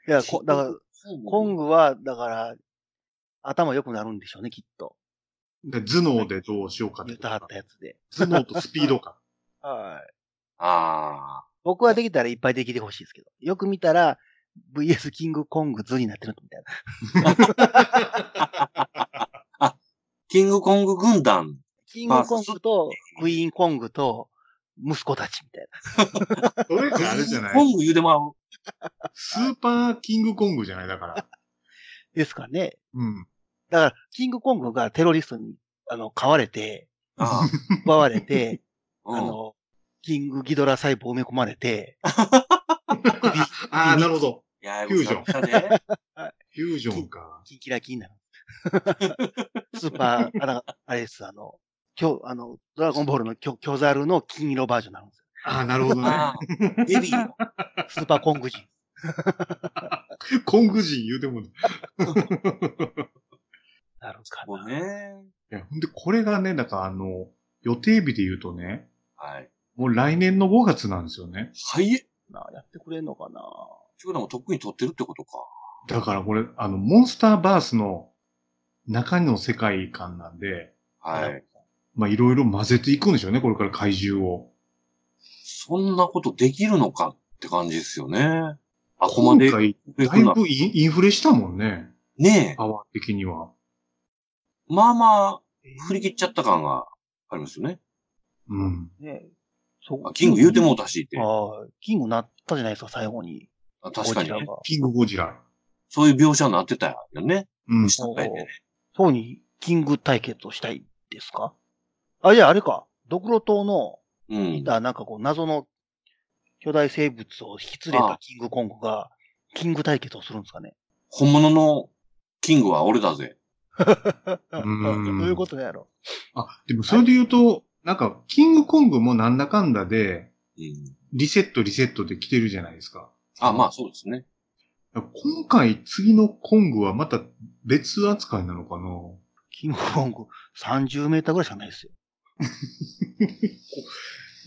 S4: いや、こだから、コングは、だから、頭良くなるんでしょうね、きっと。
S3: で頭脳でどうしようか
S4: 言
S3: と
S4: ってはったやつで。
S3: 頭脳とスピード *laughs* 感。
S4: はい。
S2: ああ。
S4: 僕はできたらいっぱいできてほしいですけど。よく見たら、VS キングコング図になってるみたいな。
S2: キングコング軍団。
S4: キングコングと、クイーンコングと、息子たちみたい
S3: それかあれじゃな
S2: コン
S3: い
S2: グ言うてもらう。
S3: スーパーキングコングじゃないだから。
S4: な。ですかね。
S3: うん。
S4: だから、キングコングがテロリストに、あの、飼われて、
S2: あ
S3: *laughs*
S4: 奪われて、
S2: あ。
S4: あ
S2: うん
S4: の、キングギドラ細胞埋め込まれて、
S3: ああ、なるほど。
S2: やや
S3: フュージョン
S2: こしかったね
S3: フュージョンか。
S4: キンキラキンなの。 *laughs* スーパー、あのあれです、あの、今日、あの、ドラゴンボールの巨巨ザルの金色バージョンなんですよ。
S3: ああ、なるほど
S2: *laughs*
S3: ね。
S2: ああ。ベビーの。
S4: スーパーコング人。
S3: *laughs* コング人言うて *laughs* も。い
S4: なるか
S2: もう
S4: な。
S2: ね。
S3: や、ほんで、これがね、なんかあの、予定日で言うとね、
S2: はい。
S3: もう来年の5月なんですよね。
S2: はい。って
S4: なやってくれんのかな
S2: ことはもうとっくに撮ってるってことか。
S3: だからこれ、あの、モンスターバースの中の世界観なんで、
S2: はい。
S3: まあ、いろいろ混ぜていくんでしょうね、これから怪獣を。
S2: そんなことできるのかって感じですよね。あこま
S3: 今
S2: で
S3: 回、
S2: 上行
S3: だい
S2: くな。
S3: ぶインインフレしたもんね、
S2: ね
S3: パワー的には。
S2: え。まあまあ、振り切っちゃった感がありますよね。
S3: うん。
S4: ねそ
S2: あキング言うてもうたしって。
S4: ああ、キングなったじゃないですか、最後に。
S2: あ確かに
S4: ゴジ
S2: ね
S4: ラ。が
S3: キングゴジラ。
S2: そういう描写になってたよね。
S3: うん。
S2: 下っ端でね。
S4: そうにキング対決をしたいですかあ、いや、あれか。ドクロ島の、
S2: うん。
S4: いたなんかこう、謎の巨大生物を引き連れ
S2: あ
S4: たキングコングが、キング対決をするんですかね。
S2: 本物のキングは俺だぜ。
S3: ん
S4: *laughs* どういうことなんやろ。
S3: あ、でもそれで言うと、なんか、キングコングもなんだかんだで、
S2: うん。
S3: リセットリセットで来てるじゃないですか。
S2: あ、まあそうですね。
S3: 今回、次のコングはまた別扱いなのかな
S4: キングコング30メーターぐらいしかないですよ。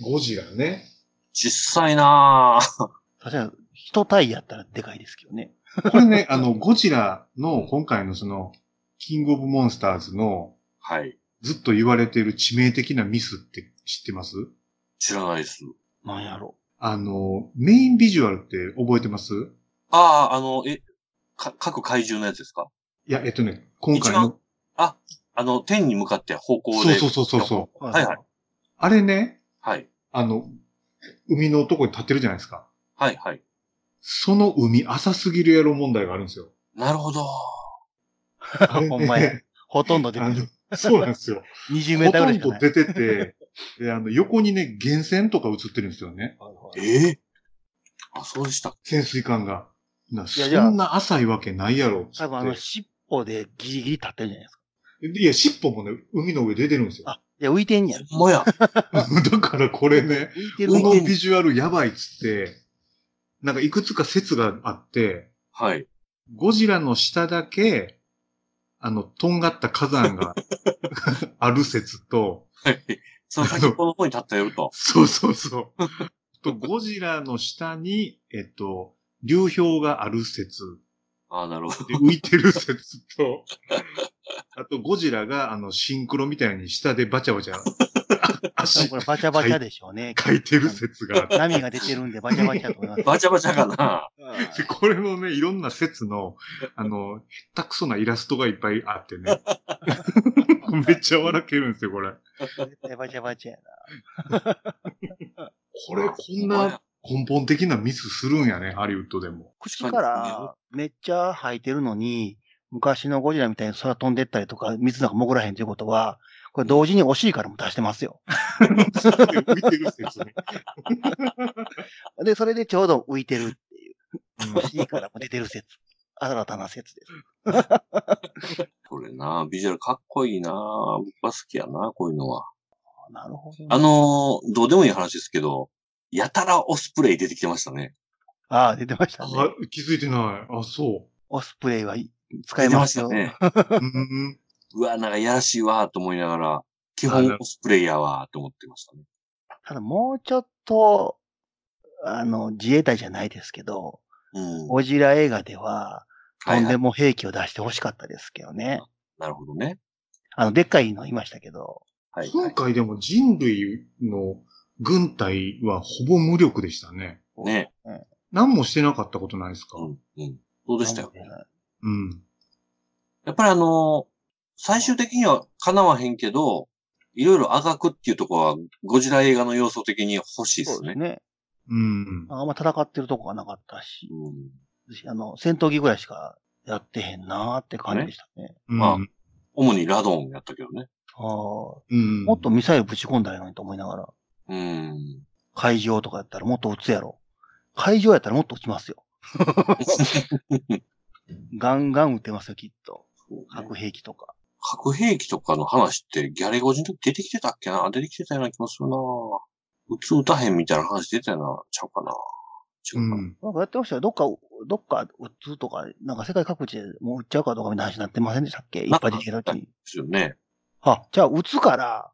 S3: ゴジラね。
S2: 小さいなぁ。
S4: 確かに、一体やったらでかいですけどね。
S3: これね、あの、ゴジラの今回のその、キングオブモンスターズの
S2: はい。
S3: ずっと言われている致命的なミスって知ってます
S2: 知らないです。
S4: なんやろ。
S3: あの、メインビジュアルって覚えてます
S2: ああ、あの、え、か、各怪獣のやつですか
S3: いや、えっとね、今
S2: 一
S3: 回
S2: 番
S3: の。
S2: あの、天に向かって方向
S3: そう
S2: で。
S3: そうそうそうそう。
S2: うはいはい。
S3: あれね、
S2: はい。
S3: あの、海のとこに立ってるじゃないですか。
S2: はいはい。
S3: その海浅すぎるやろ問題があるん
S4: *laughs*
S3: ですよ。
S2: なるほど。
S3: あれ
S4: ほんまや
S3: ね、
S4: ほとんど出て
S3: あ
S4: く
S3: の
S4: る。
S3: そうなん
S4: *laughs*
S3: ですよ。
S4: 20メー
S3: ほ
S4: ターぐ
S3: と
S4: らい
S3: ん
S4: し
S3: ど
S4: かな
S3: 出
S4: い。
S3: てて、で、あの、横にね、源泉とか映ってるんですよね。
S4: はいはい
S2: ええあ、そうでした。
S3: 潜水艦が。ない
S4: やじゃあ
S3: そんな浅いわけないやろっつって。
S4: 多分あの、尻尾でギリギリ立ってるじゃないですか。
S3: いや、尻尾もね、海の上出てるんですよ。
S4: あ、いや、浮いてんやん。浮
S2: ほんまや。
S3: *laughs* だからこれね、
S4: いてる
S3: こ
S2: 浮い
S4: の
S3: のビジュアルやばいっつって、なんかいくつか説があって、
S2: はい。 *laughs*
S3: ゴジラの下だけ、あの、とんがった火山が *laughs* ある説と、
S2: その先っぽの方に立ってやると。
S3: そうそうそう。と、ゴジラの下に、えっと、流氷がある説、
S2: ああ、なるほど。 *laughs*
S3: で浮いてる説と、あと、ゴジラが、あの、シンクロみたいに下でバチャバチャ、
S4: 多分
S3: 足
S4: こ、れバチャバチャでしょうね。
S3: 書いてる説があって
S4: 波が出てるんでバチャバチャだと思います。
S2: *laughs* バチャバチャかな。
S3: で、これのね、いろんな説の、あの、下手くそなイラストがいっぱいあってね。めっちゃ笑けるんですよ、これ。
S4: 絶対バチャバチャや
S3: これ、こんな根本的なミスするんやね、ハリウッドでも。
S2: 口
S4: な。だから、めっちゃ吐いてるのに、昔のゴジラみたいに空飛んでったりとか、水なんか潜らへんということは、これ同時にお尻からも出してますよ。
S3: 浮いてる説ね。
S4: で、それでちょうど浮いてる。
S3: うん
S4: お尻からも出てる説。 *laughs* 新たな
S2: *laughs*
S4: 説です。
S2: これな、ビジュアルかっこいいな。僕は好きやな、こういうのは。
S4: あなるほどね、
S2: あのーどうでもいい話ですけど、やたらオスプレイ出てきてましたね。
S4: ああ、出てましたね。
S3: あ、気づいてない。あ、そ
S4: オスプレイはい使えますよ。
S2: 出てましたね。
S3: う。うん。
S2: うわ、なんかやらしいわ、と思いながら、基
S3: あ
S2: 本
S3: な
S2: コスプレイヤーは、と思ってましたね。
S4: ただもうちょっと、あの、自衛隊じゃないですけど、
S2: うん。
S4: オジラ映画では、と
S2: はい
S4: ん
S2: は
S4: で
S2: い
S4: も兵器を出してほしかったですけどね。
S2: なるほどね。
S4: あの、でっかいのいましたけど、
S2: はい、は
S3: 今
S2: い。
S3: 回でも人類の軍隊はほぼ無力でしたね。
S2: ね。
S3: 何もしてなかったことないですか
S2: うん、うん。そうでしたよ。
S3: うん。
S2: やっぱりあのー最終的には叶わへんけど、いろいろあがくっていうところは、ゴジラ映画の要素的に欲しいです
S4: そう
S2: ね
S4: です。ね。
S3: うん。
S4: あんま戦ってるとこがなかったし、
S2: うん
S4: あの、戦闘機ぐらいしかやってへんなーって感じでしたね。
S3: うん
S2: まあ主にラドンやったけどね。
S4: あー
S3: うん。
S4: もっとミサイルぶち込んだらいいのにと思いながら、 *laughs*
S2: うん。
S4: 海上とかやったらもっと撃つやろ。海上やったらもっと撃ちますよ。ガンガン撃てますよ、きっと。核兵器とか。
S2: 核兵器とかの話って、ギャレゴジの時出てきてたっけな出てきてたような気もするな撃つ撃たへんみたいな話出てたよなちゃうかな
S3: う
S2: 違うかな、
S3: ん。
S4: なんかやってましたよ。どっか、どっか撃つとか、なんか世界各地でもう撃っちゃうかどうかみたいな話になってませんでしたっけ一
S2: なんか
S4: 般的な時に。
S2: ですよね。
S4: あ、じゃあ撃つから、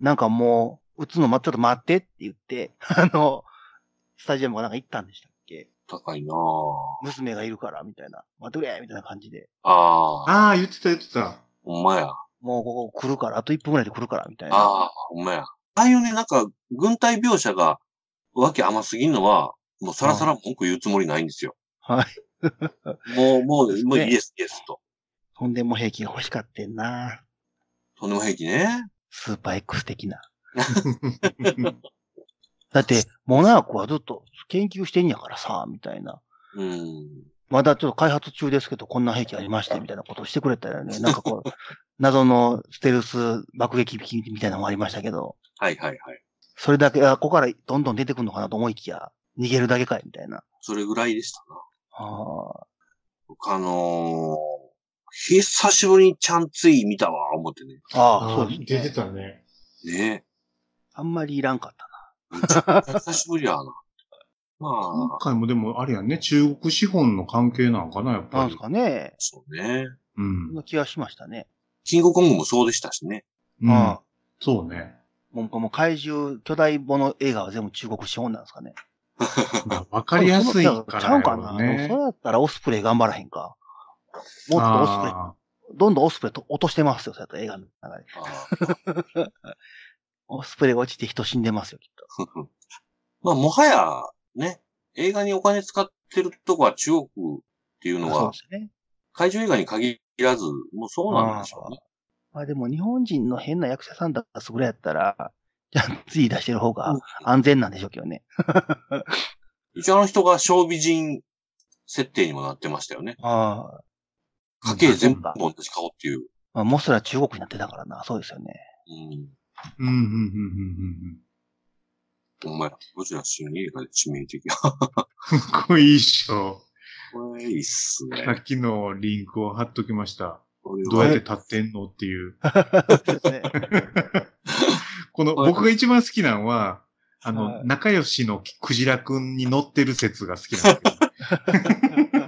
S4: なんかもう、撃つのまちょっと待ってって言って、あの、スタジアムがなんか行ったんでしたっけ
S2: 高いな
S4: 娘がいるから、みたいな。待ってくれみたいな感じで。
S2: ああ、
S3: ああ、言ってた言って
S4: *laughs*
S3: た。
S2: ほんまや。
S4: もうここ来るから、あと1分ぐらいで来るから、みたいな。
S2: ああ、ほんまや。ああいうね、なんか、軍隊描写が、わけ甘すぎんのは、もうさらさら文句言うつもりないんですよ。
S4: はい。
S2: *laughs* もう、もう、もう
S4: ね
S2: イエスイエスと。
S4: とんでも兵器が欲しかってんな。
S2: とんでも兵器ね。
S4: スーパー X 的な。だって、モナークはずっと研究してんやからさ、みたいな。
S2: うん。
S4: まだちょっと開発中ですけど、こんな兵器ありまして、みたいなことをしてくれたらね、なんかこう、 *laughs* 謎のステルス爆撃機みたいなのもありましたけど、
S2: はいはいはい。
S4: それだけ、あ、ここからどんどん出てくるのかなと思いきや、逃げるだけかい、みたいな。
S2: それぐらいでしたな。
S4: あ
S2: 僕あのー、久しぶりにちゃんつい見たわ、思ってね。
S4: ーあー、
S3: あ
S4: そ
S3: あ
S4: うです、ね。
S3: 出てたね。
S4: *laughs*
S2: ね
S4: あんまりいらんかった
S2: めちゃくちゃ久しぶりやな。ま
S3: 今
S2: あ、
S3: 回もでもあれやね、中国資本の関係なんかな、やっ
S4: な。な
S3: ぱ
S4: んで
S3: り
S4: す。かね。
S2: そうね。
S3: うん
S4: そん。な気がしましたね。
S2: キングコングもそうでしたし
S4: *laughs*
S2: ね。
S3: うん
S4: ああ
S3: そうね。
S4: もう、もう怪獣、巨大もの映画は全部中国資本なんですかね。
S3: いやわかりやすいから
S4: ちゃうか
S3: やろ
S4: な。
S3: う
S4: でも
S3: ね
S4: そ。れやったらオスプレイ頑張らへんか。もっとオスプレイ
S3: あ
S4: どんどんオスプレイと落としてますよ、そうやって映画の中で。
S2: あ
S4: オスプレイが落ちて人死んでますよ、きっと。
S2: ーまあ、もはや、ね、映画にお金使ってるとこは中国っていうの
S4: そう
S2: は
S4: で、すね。
S2: 怪獣映画に限らず、もうそうなんでしょうね。
S4: まあでも日本人の変な役者さんだったらそぐらいやったら、じゃあ次出してる方
S2: うん
S4: が安全なんでしょうけどね。
S2: 一応あの人が小美人設定にもなってましたよね。
S4: ああ。
S2: 家系全部同じ顔っていう。
S4: まあ、もすら中国になってたからな、そうですよね。
S2: うん。
S3: あ。うんうんうんうん
S2: お前、ゴジラ新映画で致命的。
S3: うん。 *laughs* かっこいいっしょ。
S2: これいいっすね
S3: さ。っきのリンクを貼っときました。
S2: これは
S3: どうやって立ってんのっていう。 *laughs*
S4: そうですね。
S3: この、
S2: はい
S3: 僕が一番好きなのは、あの、
S4: はい
S3: 仲良しのクジラくんに乗ってる説が好きなんですけ
S2: *laughs*
S3: ど。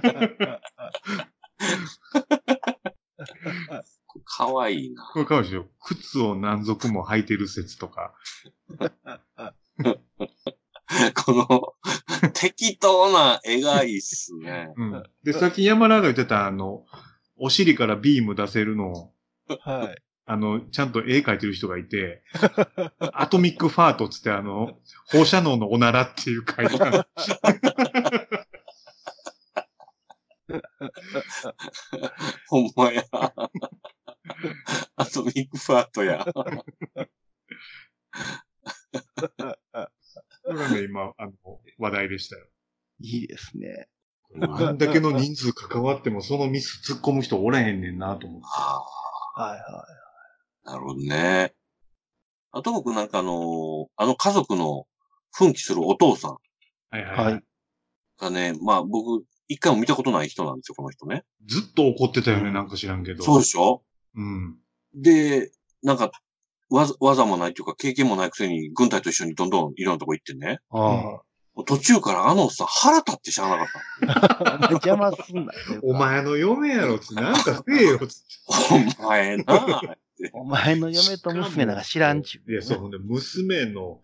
S2: かわいいな。 *laughs*
S3: これかもしれない。靴を何足も履いてる説とか。
S2: この、適当な絵がいいっす
S3: *laughs*
S2: ね。
S3: うん。で、さっき山田が言ってた、あの、お尻からビーム出せるのを、
S4: *laughs* はい。
S3: あの、ちゃんと絵描いてる人がい
S2: *laughs*
S3: て、アトミックファートっつって、あの、放射能のおならっていう書いてあ
S2: *laughs*
S3: る。
S2: ほんまや。あと、ミックファートや。
S3: これがね、今、あの、話題でしたよ。
S4: いいですね。
S3: あんだけの人数関わっても、そのミス突っ込む人おらへんねんなと思って。
S2: あ
S4: はいはい。
S2: あ、なるほどね。あと僕なんかあのーあの家族の奮起するお父さん
S3: はいはい、
S4: はい。
S2: がね、まあ僕、一回も見たことない人なんですよ、この人ね。
S3: ずっと怒ってたよね、なんか知らんけど。
S2: そうでしょ
S3: うん。
S2: で、なんか、わざ、技もないというか、経験もないくせに、軍隊と一緒にどんどんいろんなとこ行ってね。
S4: ああ。
S2: 途中からあのおっさん腹立ってしゃあなかった。
S4: *laughs* 邪魔すんな。
S3: お。前の嫁やろっつって、なんかせえよっつって。
S2: お前な。
S4: お前の嫁と娘なんか知らんちゅう。
S3: いや、そう、ほんで、娘の、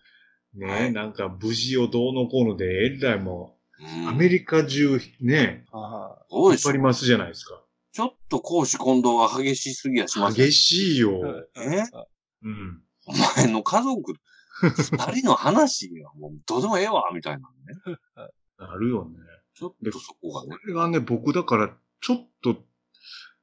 S3: ね、なんか無事をどうのこうので、えらいもう、アメ
S2: リ
S3: リカ中、ね、
S4: あ
S2: カ。多いっ
S3: 引っ
S2: しょ
S3: 張りますじゃないですか。
S2: ちょっと講師混同は激しすぎやします。
S3: 激しいよ。
S4: あ。
S2: え
S3: うん。
S2: お前の家族、二人の話はもうどうでもええわ、みたいなね。
S3: なるよね。
S2: ちょっとそこが
S3: こ
S2: ね。
S3: れはね、僕だから、ちょっと、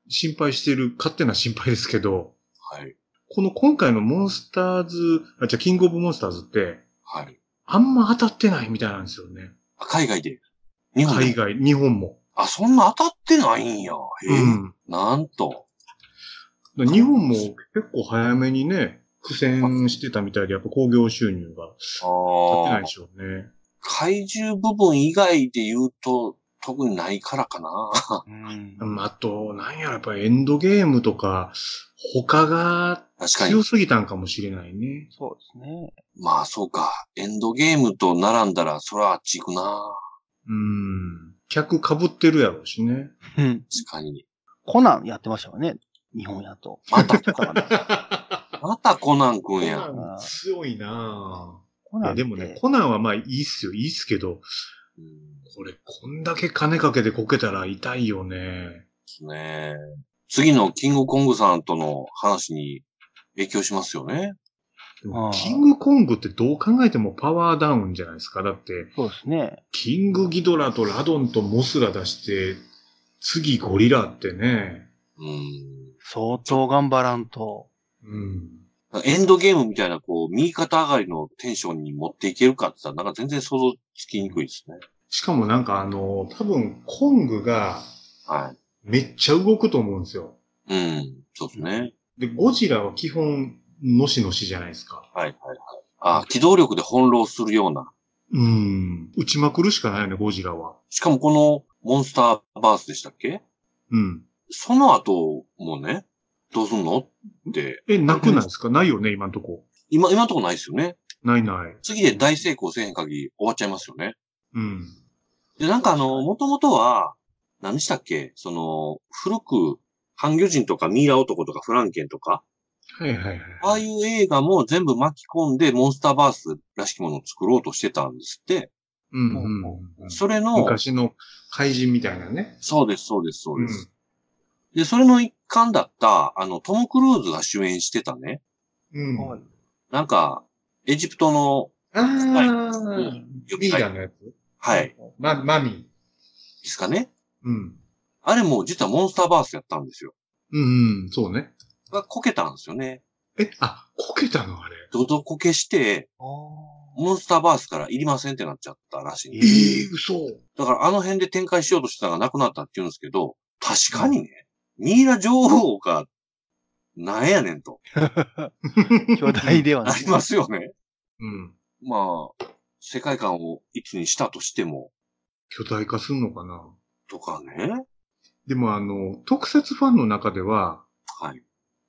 S3: 心配してる、勝手な心配ですけど、
S2: はい。
S3: この今回のモンスターズ、あ、じゃあキングオブモンスターズって、
S2: はい。
S3: あんま当たってないみたいなんですよね。
S2: あ海外で。日本で
S3: 海外、日本も。
S2: あ、そんな当たってないんや。へえ。
S3: うん。
S2: なんと。
S3: 日本も結構早めにね、苦戦してたみたいで、やっぱ興行収入が当たって
S2: あ
S3: な
S2: あ
S3: いで。しょうね。
S2: 怪獣部分以外で言うと、特にないからかな。
S4: うん。
S3: うんあと、なんやろ、やっぱエンドゲームとか、他が
S2: 確かに。
S3: 強すぎたんかもしれないね。
S4: そうですね。
S2: まあそうか。エンドゲームと並んだら、そらあっち行くな。
S3: うん。客被ってるやろうしね。
S4: うん。
S2: 確かに。
S4: コナンやってましたよね。日本やと。
S2: また、
S4: コナン
S2: またコナンくんや。
S3: コナン強いな *laughs*
S4: コ
S3: ぁい
S4: ナ
S3: や
S4: ンって。
S3: でもね、コナンはまあいいっすよ、いいっすけど、
S2: うん。で
S3: これ、こんだけ金かけてこけたら痛いよね。
S2: すね。次のキングコングさんとの話に影響しますよね。
S3: でも
S4: あー
S3: キングコングってどう考えてもパワーダウンじゃないですか。だって、
S4: そうですね。
S3: キングギドラとラドンとモスラ出して、次ゴリラってね。
S2: うん。
S4: 相当頑張らんと。
S3: うん。
S2: エンドゲームみたいな、こう、右肩上がりのテンションに持っていけるかって言ったら、なんか全然想像つきにくいですね。
S3: しかもなんかあの、多分コングが
S2: は
S3: めっちゃ動くと思うんですよ。
S2: い。うん。そうですね。
S3: で、ゴジラは基本、のしのしじゃないですか。
S2: はいはいはい。あ、機動力で翻弄するような。
S3: うん。打ちまくるしかないよね、ゴジラは。
S2: しかもこのモンスターバースでしたっけ
S3: うん。
S2: その後もね、どうすんのって、
S3: え、なくないですかないよね、今んとこ。
S2: 今、今のとこないですよね。
S3: ないない。
S2: 次で大成功せえへん限り終わっちゃいますよね。
S3: うん。
S2: で、なんかあの、もともとは、何でしたっけその、古く、半魚人とかミイラ男とかフランケンとか、
S3: はいはいはい。
S2: ああいう映画も全部巻き込んでモンスターバースらしきものを作ろうとしてたんですって、
S3: うんうんうん。
S2: それの、
S3: 昔の怪人みたいなね。
S2: そうです、そうです、そう
S3: う
S2: で
S3: ん。
S2: す。で、それの一環だった、あの、トム・クルーズが主演してたね、
S3: うん。
S4: はい
S2: なんか、エジプトの、
S3: あ
S2: はいう
S3: ー、リーダーのやつ
S2: はい、。
S3: ま、マミー。
S2: ですかね。
S3: うん。
S2: あれも実はモンスターバースやったんですよ。
S3: うんうん、そうね。
S2: がこけたんですよね。
S3: え、あ、こけたのあれ。
S2: どどこけして、
S4: ああ。
S2: モンスターバースからいりませんってなっちゃったらしいん
S4: え
S2: です。
S3: ええ、嘘。
S2: だからあの辺で展開しようとしてたのがなくなったって言うんですけど、確かにね、ミイラ女王が、なんやねんと。
S4: 巨大ではな
S2: ないり。ますよね。
S3: うん。
S2: まあ、世界観を一にしたとしても、
S3: 巨大化すんのかな
S2: とかね。
S3: でもあの、特設ファンの中では、
S2: はい。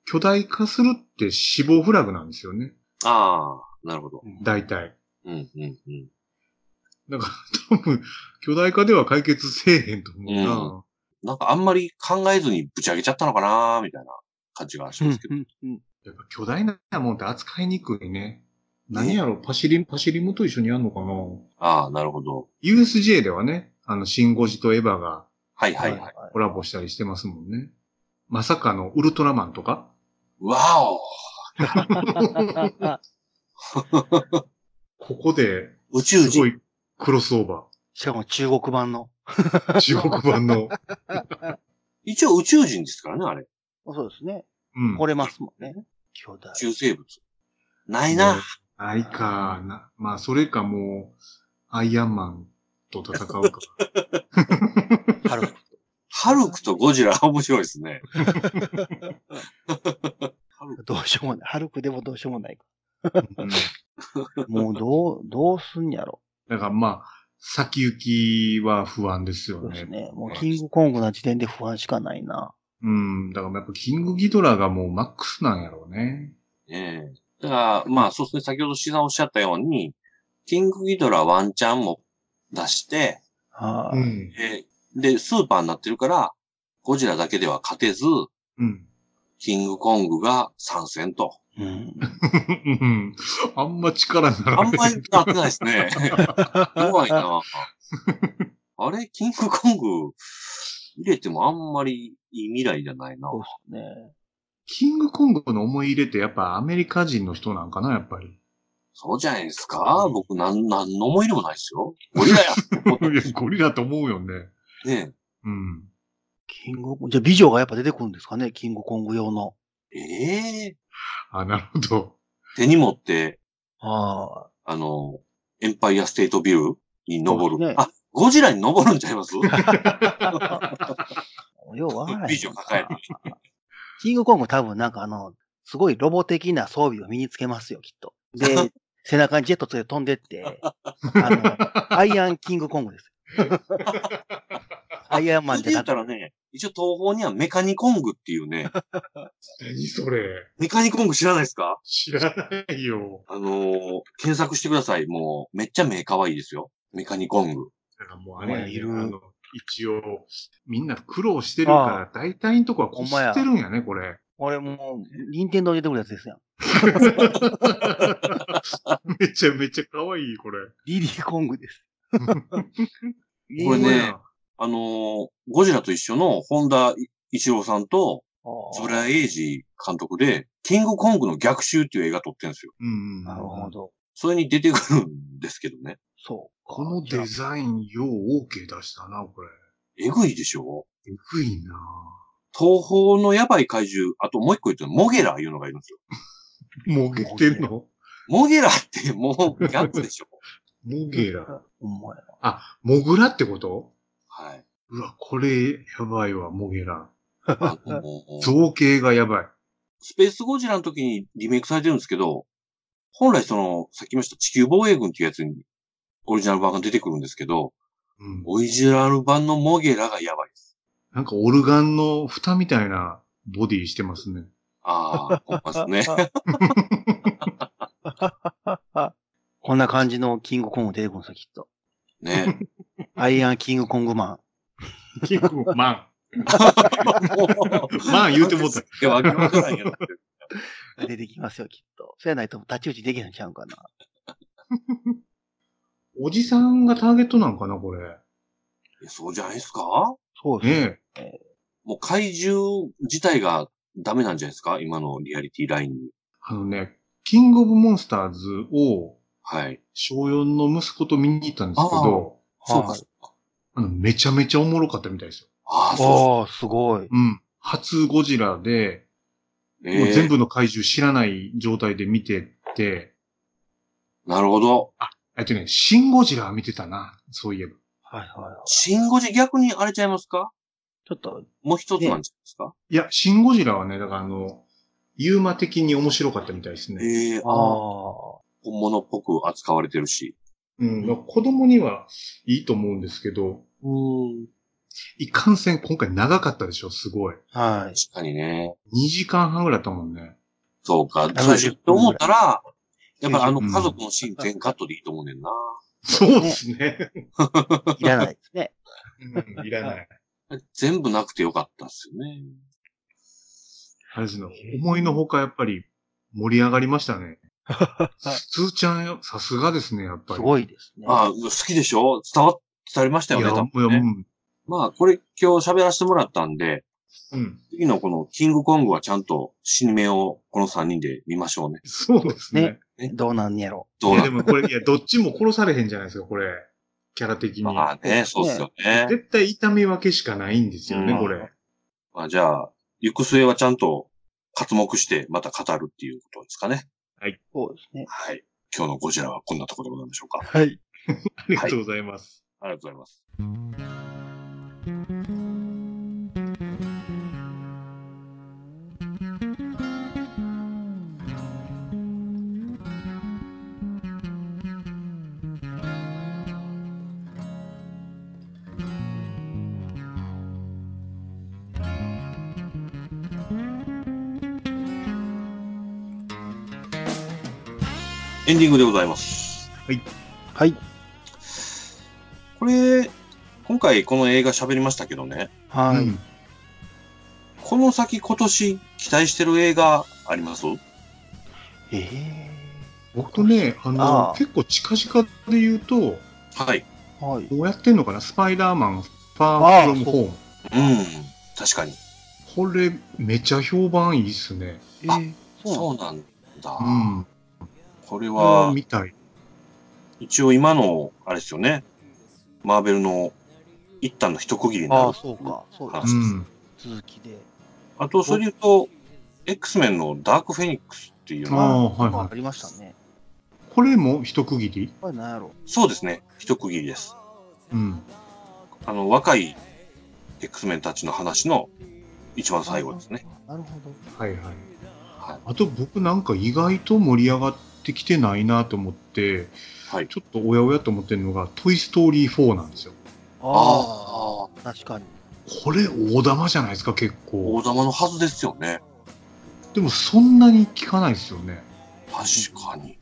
S3: 巨大化するって死亡フラグなんですよね。
S2: ああ、なるほど。
S3: 大体。
S2: うん、うん、うん。
S3: だから多分、巨大化では解決せえへんと思うな。
S2: なんかあんまり考えずにぶち上げちゃったのかなみたいな感じがしますけど。
S4: うんうん
S3: やっぱ巨大なもんって扱いにくいね。何やろ、パシリン、パシリンもと一緒にやるのかな
S2: ああ、なるほど。
S3: ?USJ ではね、あの、シンゴジとエヴァが
S2: はい、はい、はい。
S3: コラボしたりしてますもんね。まさかのウルトラマン
S2: *laughs*
S3: とか
S2: わお
S3: ここで、
S2: 宇宙
S3: す
S2: 人
S3: ご。いクロスオーバ
S4: しかも中国版の。
S3: ー。中国
S2: *laughs*
S3: 版の。
S2: 一応宇宙人ですからね、あれ。
S4: そうですね。
S3: うん。
S4: 来れますもんね。巨大
S2: 宇。宙生物。ないな。
S3: ねないかな。まあ、それかもう、アイアンマンと戦
S2: *laughs*
S3: うか。
S4: ハルク。
S2: ハルクとゴジラ面白いですね。
S4: どうしようもない。ハルクでもどうしようもないか。
S3: うん
S4: もうどう、どうすんやろ。
S3: だからまあ、先行きは不安ですよ
S4: そう
S3: ね。
S4: ですね。もうキングコングな時点で不安しかないな。
S3: うん。だからやっぱキングギドラがもうマックスなんやろうね。
S2: ええだから、まあ、そうですね、先ほど志さんおっしゃったように、キングギドラワンチャンも出して、
S4: は
S3: う
S4: い。
S3: ん。
S2: えーで、スーパーになってるから、ゴジラだけでは勝てず、
S3: うん。
S2: キングコングが参戦と。
S4: うん。
S3: うん *laughs* あんま力にな
S2: あ
S3: ら
S2: ん
S3: ない。
S2: まりなってないです *laughs* ね。怖いな。あれ、キングコング入れてもあんまりいい未来じゃないな
S4: そ。うですね。
S3: キングコングの思い入れってやっぱアメリカ人の人なんかな、やっぱり。
S2: そうじゃないですか僕、なん、なんの思い入れもないですよ。ゴ *laughs* リラや
S3: いや、ゴリラと思うよね。
S2: ね
S3: うん。
S4: キングコング、じゃあ美女がやっぱ出てくるんですかねキングコング用の。
S2: え。ええ
S3: あ、なるほど。
S2: 手に持って、
S4: は
S2: あの、エンパイアステートビルに登
S4: そうで
S2: る。
S4: すね
S2: あ、ゴジラに登るんちゃいます
S4: い。ようわからない。
S2: ビジョン抱えて。
S4: キングコング多分なんかあの、すごいロボ的な装備を身につけますよ、きっと。
S2: *laughs*
S4: で、背中にジェットつけて飛んでって、あの、アイアンキングコングです。アイアンマン
S2: で
S4: で
S2: 言 *laughs*
S4: な
S2: った
S4: く
S2: らね、一応東方にはメカニコングっていう
S4: *laughs*
S2: ね、
S3: 何それ。
S2: メカニコング知らないですか
S3: 知らないよ。
S2: あのー検索してください。もう、めっちゃ目可愛いですよ。メカニコング。
S3: なんかもうあれやね、
S4: いる
S3: あの、一応、みんな苦労してるから、大体のとこはこすってるんやね、これ。
S4: 俺もう、任天堂に出てくるやつですやん。
S3: *laughs* めちゃめちゃ可愛い、これ。
S4: リリーコングです。
S2: これね
S3: いいな
S2: あのーゴジラと一緒の本田一郎さんと、
S4: あ
S2: ゾ
S4: ー
S2: ラエイジ監督で、キングコングの逆襲っていう映画撮ってるんですよ。
S3: うんうん。
S4: なるほ。ど。
S2: それに出てくるんですけどね。
S4: そうか。
S3: このデザイン、よう OK 出したな、これ。
S2: えぐいでしょ
S3: えぐいな
S2: 東方のやばい怪獣、あともう一個言ってるのモゲラいうのがいるんですよ。
S3: もげてんの
S2: モゲラって *laughs* もうギャップでし
S3: *laughs*
S2: ょ
S3: もげら。
S4: お前。
S3: あ、もぐらってこと
S2: はい。
S3: うわ、これ、やばいわ、もげら。
S2: あのー
S3: 造形がやばい。
S2: スペースゴジラの時にリメイクされてるんですけど、本来その、さっき言いました地球防衛軍っていうやつにオリジナル版が出てくるんですけど、
S3: うん。
S2: オリジナル版のモゲラがやばいです。
S3: なんかオルガンの蓋みたいなボディしてますね。
S2: ああ、ほんまです
S3: *laughs*
S2: ね。
S4: こんな感じのキングコング出てくるんですよ、きっと。
S2: ね。
S4: アイアンキングコングマ
S3: 結構、ま
S2: もう
S3: あ、 *laughs* まあ言うてもうた。
S2: いや、わけわからんやろってる。
S4: ン出てきますよ、きっと。そうやないと立ち打ちできへんちゃうんかな。
S3: おじさんがターゲットなんかな、これ。
S2: いやそうじゃないですか
S4: そうですね。
S3: ね
S2: もう怪獣自体がダメなんじゃないですか今のリアリティラインに。
S3: あのね、キングオブモンスターズを
S2: はい。
S3: 小4の息子と見に行ったんですけど、
S2: そうか
S4: はい。
S3: あの、めちゃめちゃおもろかったみたいですよ。
S2: ああ、そ
S4: ああ、すごい。
S3: うん。初ゴジラで、
S2: う
S3: もう
S2: え
S3: 全
S2: え
S3: 部の怪獣知らない状態で見てて、
S2: なるほど。
S3: えっとね、シンゴジラ見てたな、そういえば。
S4: はいはいはい。
S2: シンゴジ逆に荒れちゃいますか
S4: ちょっと、
S2: もう一つなんじゃないですか
S3: いや、シンゴジラはね、だからあの、ユーマ的に面白かったみたいですね。
S2: ええ
S4: ああ。
S2: 本物っぽく扱われてるし。
S3: うん。だから子供にはいいと思うんですけど、
S2: うん。
S3: いかんせん今回長かったでしょ、すごい。
S4: はい。
S2: 確かにね。
S3: 2時間半ぐらいだったもんね。
S2: そうか。
S4: 70
S2: そうしようと思ったら、やっぱりあの
S3: うん
S2: 家族のシーン全カットでいいと思うねんな。
S3: そうですね。
S4: いらないです *laughs* ね。
S3: うん、いらない。
S2: 全部なくてよかったっすよね。
S3: あれですね、思いのほかやっぱり盛り上がりました *laughs* ね。つーちゃん、さすがですね、やっぱり。
S4: す
S3: い
S4: ごいですね。
S2: ああ、好きでしょ伝わ、伝わりました
S3: や。
S2: よ
S3: い
S2: ね
S3: や、
S2: 多
S3: もう
S2: 分ね。
S3: うん
S2: まあ、これ今日喋らせてもらったんで、
S3: うん。
S2: 次のこのキングコングはちゃんと新名をこの3人で見ましょうね。
S3: そうですね
S4: ね。どうなんやろ。
S2: ど
S3: いうや、
S2: な
S3: で
S2: る
S3: もこれ、いや、どっちも殺されへんじゃないですか、これ。キャラ的に。
S2: まあね、そうっすよね。
S3: 絶対痛み分けしかないんですよね、
S2: うん
S3: これ。
S2: まあじゃあ、行く末はちゃんと活目してまた語るっていうことですかね。
S4: そうですね。
S2: はい。今日のゴジラはこんなところでございましょうか。
S4: はい。
S3: ありがとうございます。
S2: ありがとうございます。エンディングでございます。
S4: はい。
S2: これ、今回この映画喋りましたけどね、
S4: はい。
S3: うん
S2: この先今年期待してる映画あります
S4: ええ
S3: 僕ね、あの
S4: あー
S3: 結構近々で言うと、
S2: はい。
S4: はい。
S3: どうやってんのかな、スパイダーマン、ファー
S4: あー
S3: フロムホーム。
S2: うん。確かに。
S3: これ、めちゃ評判いいっすね。
S4: え
S2: あ
S4: ー、そう
S2: そうなんだ。
S3: うん。
S2: これ
S3: こ
S2: は
S3: れ、みたい。
S2: 一応今の、あれですよね。マーベルの一旦の一区切りに
S4: あ
S2: な
S4: あ、
S2: る。
S4: そうか。そう
S2: あ
S4: か
S3: う。ん。
S4: 続きで。
S2: あと、それで言うと、X メンのダークフェニックスっていう
S3: あ
S2: のは、
S3: あ、はい
S4: まあ
S3: は
S4: ありましたね。
S3: い。これも一区切り
S4: これ何やろ
S2: そうですね。一区切りです。
S3: うん。
S2: あの、若い X メンたちの話の一番最後ですね。
S4: う。なるほど。
S3: はいはい。
S2: はい。
S3: あと僕なんか意外と盛り上がってきてないなと思って、
S2: はい
S3: ちょっとおやおやと思ってるのが、トイ・ストーリー4なんですよ。
S4: あ
S2: ああ、
S4: あ、確かに。
S3: これ大玉じゃないですか、結構。
S2: 大玉のはずですよね。
S3: でもそんなに聞かないですよね。
S2: 確かに。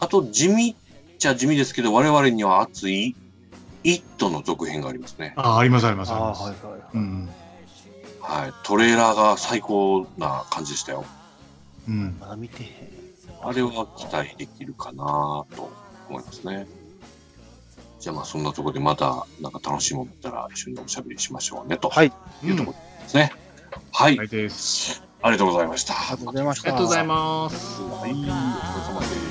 S2: あと、地味っちゃ地味ですけど、我々には熱い、イットの続編がありますね。
S3: ああ、ありますありますあり
S4: ああ
S3: ま
S4: ー、
S3: す。
S4: はいはいはい。
S3: うん。
S2: はい。トレーラーが最高な感じでしたよ。
S3: うん。
S4: まだ見てへん。
S2: あれは期待できるかなと思いますね。じゃあまあそんなところでまたなんか楽しいもんだったら一緒におしゃべりしましょうねと。
S4: はい
S2: いうとこ
S3: は
S2: ろですね。はい。
S3: いです。
S2: ありがとうございました。
S4: ありがとうございまし
S3: あり
S4: た。
S3: がとうございます。
S2: はい。お疲れ様です。